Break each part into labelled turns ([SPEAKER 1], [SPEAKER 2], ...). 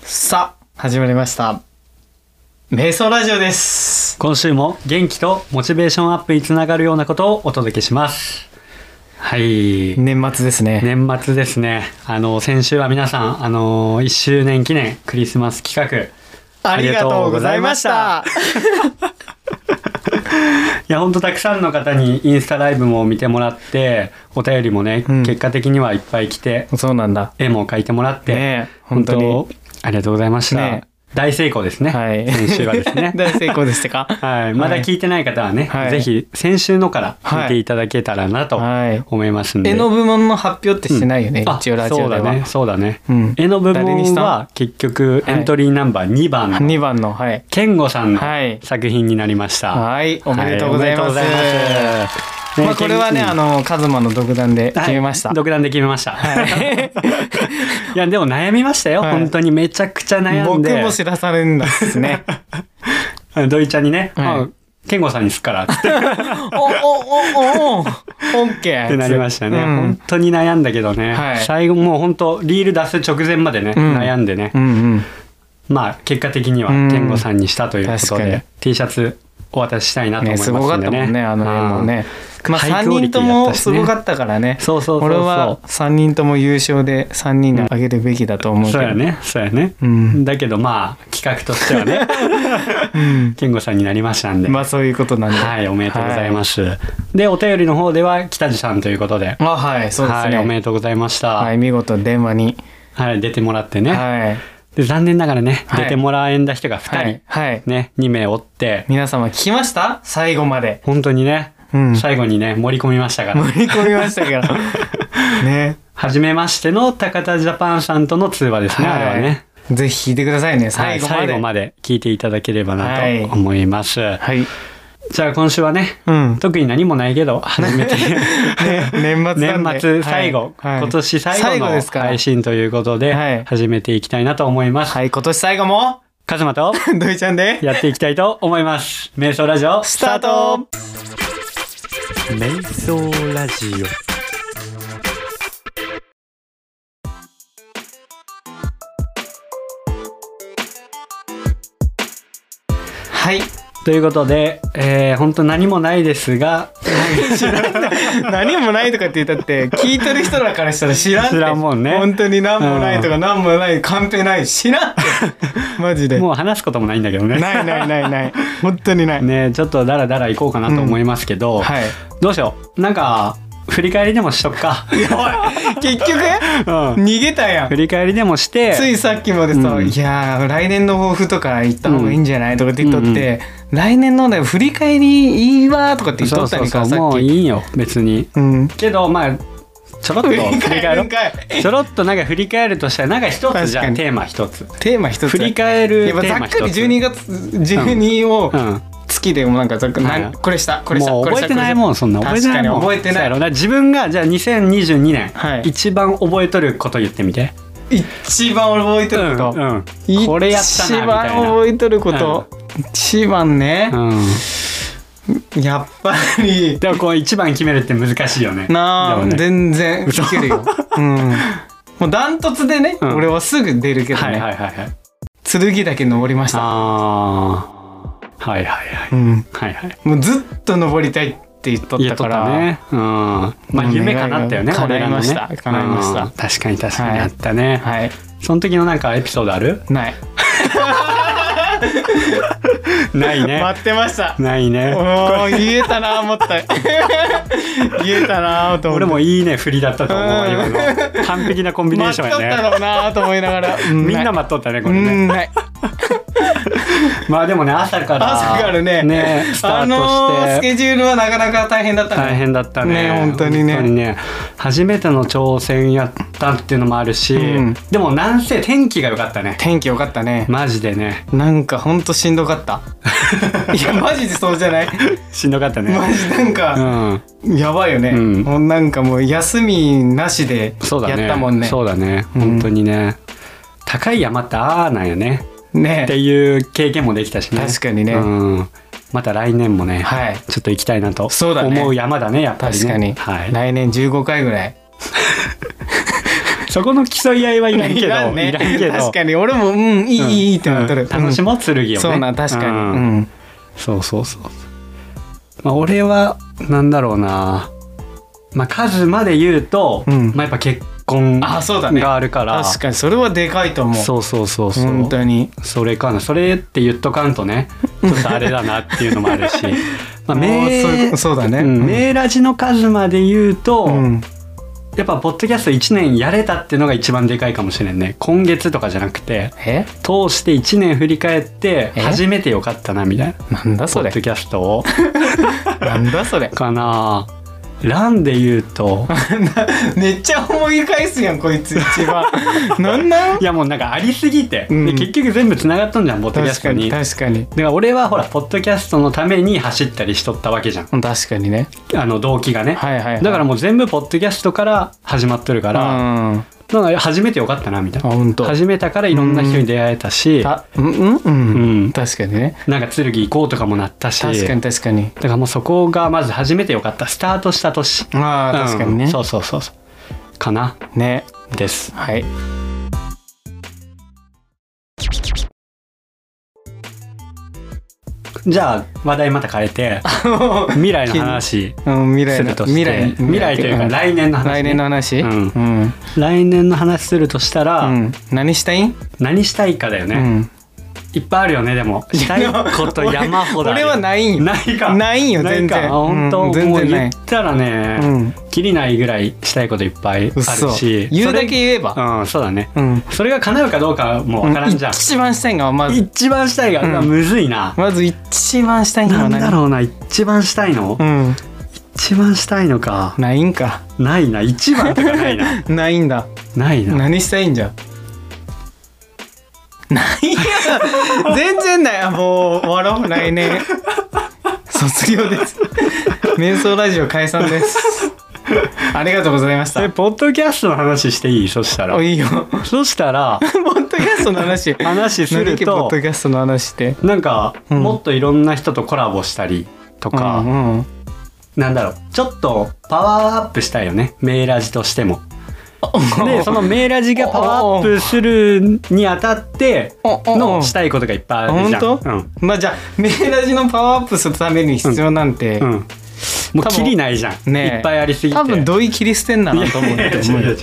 [SPEAKER 1] さあ始まりました瞑想ラジオです
[SPEAKER 2] 今週も元気とモチベーションアップにつながるようなことをお届けしますはい
[SPEAKER 1] 年末ですね
[SPEAKER 2] 年末ですねあの先週は皆さんあの1周年記念クリスマス企画
[SPEAKER 1] ありがとうございました
[SPEAKER 2] いやほんとたくさんの方にインスタライブも見てもらってお便りもね、
[SPEAKER 1] うん
[SPEAKER 2] 結果的にはいっぱい来て
[SPEAKER 1] そうなんだ
[SPEAKER 2] 絵も描いてもらって、
[SPEAKER 1] ねえ本当に
[SPEAKER 2] 本ありがとうございました、
[SPEAKER 1] ね
[SPEAKER 2] 大成功ですね、
[SPEAKER 1] はい
[SPEAKER 2] 先週はです ね
[SPEAKER 1] 大成功でしたか
[SPEAKER 2] はい、まだ聞いてない方はね、
[SPEAKER 1] はい
[SPEAKER 2] ぜひ先週のから聞いていただけたらなと
[SPEAKER 1] はい
[SPEAKER 2] 思いますんで、
[SPEAKER 1] 絵の部門の発表ってしてないよね、一応ラジオでは
[SPEAKER 2] そうだねそうだね、
[SPEAKER 1] うん
[SPEAKER 2] 絵の部
[SPEAKER 1] 誰にし
[SPEAKER 2] 分
[SPEAKER 1] た
[SPEAKER 2] は結局エントリーナンバー2番の、
[SPEAKER 1] 2番のはい
[SPEAKER 2] 健吾さんの
[SPEAKER 1] はい
[SPEAKER 2] 作品になりました、
[SPEAKER 1] はいおめでとうございます,、
[SPEAKER 2] はおめでとうございます
[SPEAKER 1] まあこれはね、
[SPEAKER 2] 健
[SPEAKER 1] あのカズマの独断で決めました、
[SPEAKER 2] はい独断で決めました、
[SPEAKER 1] い
[SPEAKER 2] いやでも悩みましたよ、
[SPEAKER 1] はい
[SPEAKER 2] 本当にめちゃくちゃ悩ん
[SPEAKER 1] 僕
[SPEAKER 2] で
[SPEAKER 1] も知らされるんです ね
[SPEAKER 2] あの土井ちゃんにね、
[SPEAKER 1] はい
[SPEAKER 2] あ健吾さんにすっからってっ
[SPEAKER 1] おおおおおオッケー
[SPEAKER 2] てなりましたね、
[SPEAKER 1] うん
[SPEAKER 2] 本当に悩んだけどね、
[SPEAKER 1] はい
[SPEAKER 2] 最後もう本当リール出す直前までね、
[SPEAKER 1] うん
[SPEAKER 2] 悩んでね
[SPEAKER 1] う、んうん
[SPEAKER 2] まあ結果的には
[SPEAKER 1] うん
[SPEAKER 2] 健吾さんにしたということ
[SPEAKER 1] 確かに
[SPEAKER 2] で T シャツお渡ししたいなと思い
[SPEAKER 1] ね、
[SPEAKER 2] ますすんでね
[SPEAKER 1] ごかったもんね、あの絵もね。まあ、
[SPEAKER 2] ハイ
[SPEAKER 1] 3
[SPEAKER 2] クオ
[SPEAKER 1] 人
[SPEAKER 2] リテ
[SPEAKER 1] と
[SPEAKER 2] ィだっ
[SPEAKER 1] も
[SPEAKER 2] たし
[SPEAKER 1] す
[SPEAKER 2] ね
[SPEAKER 1] ごかったからね。
[SPEAKER 2] そうそうそう
[SPEAKER 1] 俺
[SPEAKER 2] そう
[SPEAKER 1] は3人とも優勝で3人にあげるべきだと思うけど。
[SPEAKER 2] そうやねそうやね、
[SPEAKER 1] うん
[SPEAKER 2] だけどまあ企画としては ね健吾さんになりましたんで、
[SPEAKER 1] まあ、そういうことなんで。。
[SPEAKER 2] はいおめでとうございますす、でお便りの方では北地さんということで
[SPEAKER 1] あ、はい、そうです
[SPEAKER 2] はい、お
[SPEAKER 1] ね。
[SPEAKER 2] めでとうございました、
[SPEAKER 1] は、
[SPEAKER 2] はいい
[SPEAKER 1] 見事電話に。
[SPEAKER 2] 出てもらってね、
[SPEAKER 1] はい。
[SPEAKER 2] で残念ながらね、
[SPEAKER 1] はい
[SPEAKER 2] 出てもらえんだ人が2人、
[SPEAKER 1] はい。はい。
[SPEAKER 2] ね2名おって
[SPEAKER 1] 皆様聞きました最後まで。
[SPEAKER 2] 本当にね、
[SPEAKER 1] うん
[SPEAKER 2] 最後にね盛り込みましたから
[SPEAKER 1] 盛り込みました から。ね。
[SPEAKER 2] はじめましての高田ジャパンさんとの通話ですね、あれはね。
[SPEAKER 1] い。ぜひ聞いてくださいね、
[SPEAKER 2] は
[SPEAKER 1] 最
[SPEAKER 2] い
[SPEAKER 1] 後ま
[SPEAKER 2] 最
[SPEAKER 1] で。
[SPEAKER 2] 後まで聞いていただければな
[SPEAKER 1] はい
[SPEAKER 2] と思います。
[SPEAKER 1] はい。
[SPEAKER 2] じゃあ今週はね、
[SPEAKER 1] うん。
[SPEAKER 2] 特に何もないけど、初 めて
[SPEAKER 1] ね、年末なんで。
[SPEAKER 2] 年末最後、
[SPEAKER 1] はい
[SPEAKER 2] 今年最
[SPEAKER 1] 最
[SPEAKER 2] 後
[SPEAKER 1] 後
[SPEAKER 2] の
[SPEAKER 1] ですから
[SPEAKER 2] 配。信ということ
[SPEAKER 1] はい
[SPEAKER 2] で、始めていきたいなと思います。
[SPEAKER 1] はい、今年最後も、
[SPEAKER 2] カズマと
[SPEAKER 1] ドイちゃんで、
[SPEAKER 2] やっていきたいと思います。瞑想ラジオ、
[SPEAKER 1] スタート
[SPEAKER 2] 瞑想ラジオ。
[SPEAKER 1] はい。
[SPEAKER 2] ということで、えー、本当何もないですが、
[SPEAKER 1] 何もないとかって言ったって、聞いてる人らからしたら知らんって。
[SPEAKER 2] 知らんもんね
[SPEAKER 1] 本当に何もないとか、何もない、カンペない、知らん って。マジで。
[SPEAKER 2] もう話すこともないんだけどね。
[SPEAKER 1] ないないないない。本当にない。
[SPEAKER 2] ねちょっとダラダラ行こうかなと思いますけど、
[SPEAKER 1] はい。
[SPEAKER 2] どうしようなんか振り返りでもしとくか、
[SPEAKER 1] 結局、
[SPEAKER 2] うん、
[SPEAKER 1] 逃げたやん
[SPEAKER 2] 振。り返りでもして
[SPEAKER 1] ついさっきまでさ、
[SPEAKER 2] うん
[SPEAKER 1] いやー来年の抱負とか言った方がいいんじゃない、とかって言っとって、来年のね振り返りいいわーとかって言っ
[SPEAKER 2] そ
[SPEAKER 1] と
[SPEAKER 2] う
[SPEAKER 1] った
[SPEAKER 2] そ
[SPEAKER 1] ん
[SPEAKER 2] う
[SPEAKER 1] か
[SPEAKER 2] そう
[SPEAKER 1] さっ
[SPEAKER 2] もう
[SPEAKER 1] き。
[SPEAKER 2] いいよ別に
[SPEAKER 1] うん。
[SPEAKER 2] けどまあちょろっと
[SPEAKER 1] 振
[SPEAKER 2] 振
[SPEAKER 1] り
[SPEAKER 2] り
[SPEAKER 1] 返
[SPEAKER 2] 返
[SPEAKER 1] る
[SPEAKER 2] ろ
[SPEAKER 1] んかいう
[SPEAKER 2] ちょろっとなんか振り返るとしたらなんか一つじ
[SPEAKER 1] 確か
[SPEAKER 2] ゃあ
[SPEAKER 1] に
[SPEAKER 2] テーマ一つ
[SPEAKER 1] テーマ一つ。
[SPEAKER 2] 振り返るテ
[SPEAKER 1] やっぱ
[SPEAKER 2] ー
[SPEAKER 1] ざ
[SPEAKER 2] マ
[SPEAKER 1] っくり
[SPEAKER 2] 一つ
[SPEAKER 1] 12月12を
[SPEAKER 2] うん
[SPEAKER 1] 月でもなんかざっくり、
[SPEAKER 2] はい
[SPEAKER 1] なんこれしたこれした
[SPEAKER 2] もう
[SPEAKER 1] これした
[SPEAKER 2] 覚えてないもんそんな覚えてないも
[SPEAKER 1] 確
[SPEAKER 2] ん
[SPEAKER 1] かに覚えて
[SPEAKER 2] そう
[SPEAKER 1] な
[SPEAKER 2] や
[SPEAKER 1] い
[SPEAKER 2] ろだから自分がじゃあ2022年、
[SPEAKER 1] はい
[SPEAKER 2] 一番覚えとること言ってみて
[SPEAKER 1] 一番覚えてること、
[SPEAKER 2] うんうんこれやったなみたい
[SPEAKER 1] 一
[SPEAKER 2] な
[SPEAKER 1] 番覚えてること、一番ね、
[SPEAKER 2] うん
[SPEAKER 1] やっぱり
[SPEAKER 2] でもこう一番決めるって難しいよね。
[SPEAKER 1] な
[SPEAKER 2] で
[SPEAKER 1] あ、
[SPEAKER 2] もね
[SPEAKER 1] 全然いけるよ、うん、もうダントツでね、
[SPEAKER 2] うん
[SPEAKER 1] 俺はすぐ出るけどね、
[SPEAKER 2] はいはいはいはい。
[SPEAKER 1] 剣だけ登りました、
[SPEAKER 2] ああー。はいはいはい。
[SPEAKER 1] うん、
[SPEAKER 2] はいはい。
[SPEAKER 1] もうずっと登りたいって言っとっ
[SPEAKER 2] 言
[SPEAKER 1] た
[SPEAKER 2] っと
[SPEAKER 1] か
[SPEAKER 2] っ
[SPEAKER 1] ら
[SPEAKER 2] たね。うん。まあ夢叶ったよね。
[SPEAKER 1] 願いが
[SPEAKER 2] 俺ら
[SPEAKER 1] 叶い
[SPEAKER 2] のね
[SPEAKER 1] ました叶いました
[SPEAKER 2] うん確かに確か
[SPEAKER 1] はい
[SPEAKER 2] にあったね。
[SPEAKER 1] はい
[SPEAKER 2] その時のなんかエピソードある？
[SPEAKER 1] ない、
[SPEAKER 2] ない ね。
[SPEAKER 1] 待ってました
[SPEAKER 2] ないね。
[SPEAKER 1] おお言えたな思った 言えたなと思って
[SPEAKER 2] 俺もいいね振りだったと思
[SPEAKER 1] う
[SPEAKER 2] うん今の完璧なコンビネーシ
[SPEAKER 1] 待
[SPEAKER 2] ョ
[SPEAKER 1] っ
[SPEAKER 2] ン
[SPEAKER 1] とった
[SPEAKER 2] やね。
[SPEAKER 1] ろうなと思いながら
[SPEAKER 2] みんな
[SPEAKER 1] 待
[SPEAKER 2] 待っとったね
[SPEAKER 1] う
[SPEAKER 2] これね。
[SPEAKER 1] んない
[SPEAKER 2] まあでもね朝から
[SPEAKER 1] 朝からね
[SPEAKER 2] ねスタ
[SPEAKER 1] あ
[SPEAKER 2] ー
[SPEAKER 1] の
[SPEAKER 2] ト
[SPEAKER 1] ー
[SPEAKER 2] し
[SPEAKER 1] ス
[SPEAKER 2] て
[SPEAKER 1] ケジュールはなかなか大変だったね
[SPEAKER 2] 大変だったね
[SPEAKER 1] ね本当にね
[SPEAKER 2] 本初めての挑戦やったっていうのもあるし、
[SPEAKER 1] うん
[SPEAKER 2] でもなんせ天気が良かったね
[SPEAKER 1] 天気良かったね
[SPEAKER 2] マジでね
[SPEAKER 1] なんかほんとしんどかった いやマジでそうじゃない
[SPEAKER 2] しんどかった
[SPEAKER 1] マ
[SPEAKER 2] ね
[SPEAKER 1] ジなん
[SPEAKER 2] う
[SPEAKER 1] か、
[SPEAKER 2] ん
[SPEAKER 1] やばいよね、
[SPEAKER 2] うん
[SPEAKER 1] もうなんかもう休みなしで
[SPEAKER 2] そうだ
[SPEAKER 1] や
[SPEAKER 2] ね
[SPEAKER 1] ったもんね
[SPEAKER 2] そうだね
[SPEAKER 1] うん
[SPEAKER 2] 本当にね、高い山ってああなんよね
[SPEAKER 1] ね
[SPEAKER 2] っていう経験もできたしね
[SPEAKER 1] 確かにね
[SPEAKER 2] うん、また来年もね、
[SPEAKER 1] はい
[SPEAKER 2] ちょっと行きたいなと
[SPEAKER 1] そうだね
[SPEAKER 2] 思う山だねやっぱり
[SPEAKER 1] 確かに、
[SPEAKER 2] ねはい、
[SPEAKER 1] 来年15回ぐらい
[SPEAKER 2] そこの競い合いはいらんけど。
[SPEAKER 1] いらんね
[SPEAKER 2] いらんけど。
[SPEAKER 1] 確かに俺もうんいい、
[SPEAKER 2] うん
[SPEAKER 1] いいってなっとる、
[SPEAKER 2] うん楽しもう剣をね。
[SPEAKER 1] そうなん確かにう
[SPEAKER 2] うん
[SPEAKER 1] ん、
[SPEAKER 2] そうそうそう。まあ、俺は、なんだろうな。まあ、数まで言うと、
[SPEAKER 1] うん
[SPEAKER 2] まあ、やっぱ結婚
[SPEAKER 1] あそうだね
[SPEAKER 2] があるから。
[SPEAKER 1] 確かにそれはでかいと思う
[SPEAKER 2] そうそうそうそう。
[SPEAKER 1] 本当に
[SPEAKER 2] それかな。それって言っとかんとね、ちょっとあれだなっていうのもあ るし。まあ、名
[SPEAKER 1] もうそうそうだね、
[SPEAKER 2] うん名ラジの数まで言うと、
[SPEAKER 1] うん
[SPEAKER 2] やっぱポッドキャスト1年やれたっていうのが一番でかいかもしれんね今月とかじゃなくて
[SPEAKER 1] え
[SPEAKER 2] 通して1年振り返って
[SPEAKER 1] え
[SPEAKER 2] 初めてよかったなみたいな
[SPEAKER 1] なんだ
[SPEAKER 2] ポ
[SPEAKER 1] そ
[SPEAKER 2] ッ
[SPEAKER 1] れ
[SPEAKER 2] ドキャストを
[SPEAKER 1] なんだそれ
[SPEAKER 2] かなランで言うと
[SPEAKER 1] めっちゃ思い返すやんこいつ一番 なんなん
[SPEAKER 2] いやもうなんかありすぎて、
[SPEAKER 1] うん
[SPEAKER 2] で結局全部つながっとんじゃんポッドキャ
[SPEAKER 1] 確
[SPEAKER 2] スト
[SPEAKER 1] か
[SPEAKER 2] に
[SPEAKER 1] に確かに
[SPEAKER 2] だから俺はほらポッドキャストのために走ったりしとったわけじゃん
[SPEAKER 1] うん確かにね
[SPEAKER 2] あの動機がね、
[SPEAKER 1] はいはい、はい、
[SPEAKER 2] だからもう全部ポッドキャストから始まってるか
[SPEAKER 1] うん
[SPEAKER 2] ら、
[SPEAKER 1] あ
[SPEAKER 2] なんか初めてよかったなみたいな
[SPEAKER 1] 本当
[SPEAKER 2] 始めたからいろんな人に出会えたし、
[SPEAKER 1] あうんうんうん、
[SPEAKER 2] うん
[SPEAKER 1] 確かにね
[SPEAKER 2] なんか剣行こうとかもなったし
[SPEAKER 1] 確かに確かに
[SPEAKER 2] だからもうそこがまず初めてよかったスタートした年
[SPEAKER 1] ああ確かにね、
[SPEAKER 2] うんそうそうそうそうかな
[SPEAKER 1] ね
[SPEAKER 2] です
[SPEAKER 1] はい
[SPEAKER 2] じゃあ話題また変えて未来の話
[SPEAKER 1] うん未
[SPEAKER 2] す
[SPEAKER 1] 来の
[SPEAKER 2] るとして
[SPEAKER 1] 未来
[SPEAKER 2] 未来というか来年の話、ね、
[SPEAKER 1] 来年の話、
[SPEAKER 2] うん
[SPEAKER 1] うん
[SPEAKER 2] 来年の話するとしたら、
[SPEAKER 1] うん何したいん、
[SPEAKER 2] 何したいかだよね、
[SPEAKER 1] うん、
[SPEAKER 2] いっぱいあるよねでもしたいこと山ほどある
[SPEAKER 1] 俺はないんよ
[SPEAKER 2] ないか
[SPEAKER 1] ないんよ
[SPEAKER 2] ない
[SPEAKER 1] 全
[SPEAKER 2] か
[SPEAKER 1] 然
[SPEAKER 2] あ本当、
[SPEAKER 1] うん全
[SPEAKER 2] もう
[SPEAKER 1] 然な
[SPEAKER 2] 言っ
[SPEAKER 1] い
[SPEAKER 2] たらね、
[SPEAKER 1] うん
[SPEAKER 2] きりないぐらいしたいこといっぱいある
[SPEAKER 1] 嘘
[SPEAKER 2] し
[SPEAKER 1] 言うだけ言え
[SPEAKER 2] それ
[SPEAKER 1] ば
[SPEAKER 2] うんそうだね
[SPEAKER 1] うん
[SPEAKER 2] それが叶うかどうかもわからんじゃん、
[SPEAKER 1] 一番したいんがまず
[SPEAKER 2] 一番したいが、
[SPEAKER 1] うん
[SPEAKER 2] うわむずいな、
[SPEAKER 1] まず一番したいんが
[SPEAKER 2] なん
[SPEAKER 1] 何
[SPEAKER 2] だろうな一番したいの、
[SPEAKER 1] うん
[SPEAKER 2] 一番したいのか
[SPEAKER 1] ないんか
[SPEAKER 2] ないな一番とかな いな
[SPEAKER 1] ないんだ
[SPEAKER 2] ないな
[SPEAKER 1] 何したいんじゃないよ全然ないあもう終わろう来年卒業です瞑想ラジオ解散ですありがとうございまし
[SPEAKER 2] え
[SPEAKER 1] た
[SPEAKER 2] ポッドキャストの話していいそしたら
[SPEAKER 1] おいいよ
[SPEAKER 2] そしたら
[SPEAKER 1] ポッドキャストの話
[SPEAKER 2] 話す
[SPEAKER 1] 何
[SPEAKER 2] る
[SPEAKER 1] っけポッ
[SPEAKER 2] と
[SPEAKER 1] ドキャストの話って
[SPEAKER 2] なんか、
[SPEAKER 1] うん
[SPEAKER 2] もっといろんな人とコラボしたりとか、
[SPEAKER 1] うんうん
[SPEAKER 2] なんだろうちょっとパワーアップしたいよねメーラジとし ても。でそのメーラジがパワーアップするにあたってのしたいことがいっぱいあるじゃん。
[SPEAKER 1] 本当
[SPEAKER 2] うん
[SPEAKER 1] まあじゃあメーラジのパワーアップするために必要なんて、
[SPEAKER 2] うん、もうきりないじゃん、
[SPEAKER 1] ねえ
[SPEAKER 2] いっぱいありすぎて
[SPEAKER 1] 多分 土井切り捨てんだ
[SPEAKER 2] いや
[SPEAKER 1] なと思う
[SPEAKER 2] い
[SPEAKER 1] ん
[SPEAKER 2] や
[SPEAKER 1] だ
[SPEAKER 2] 違
[SPEAKER 1] け
[SPEAKER 2] う
[SPEAKER 1] ど
[SPEAKER 2] 違う違う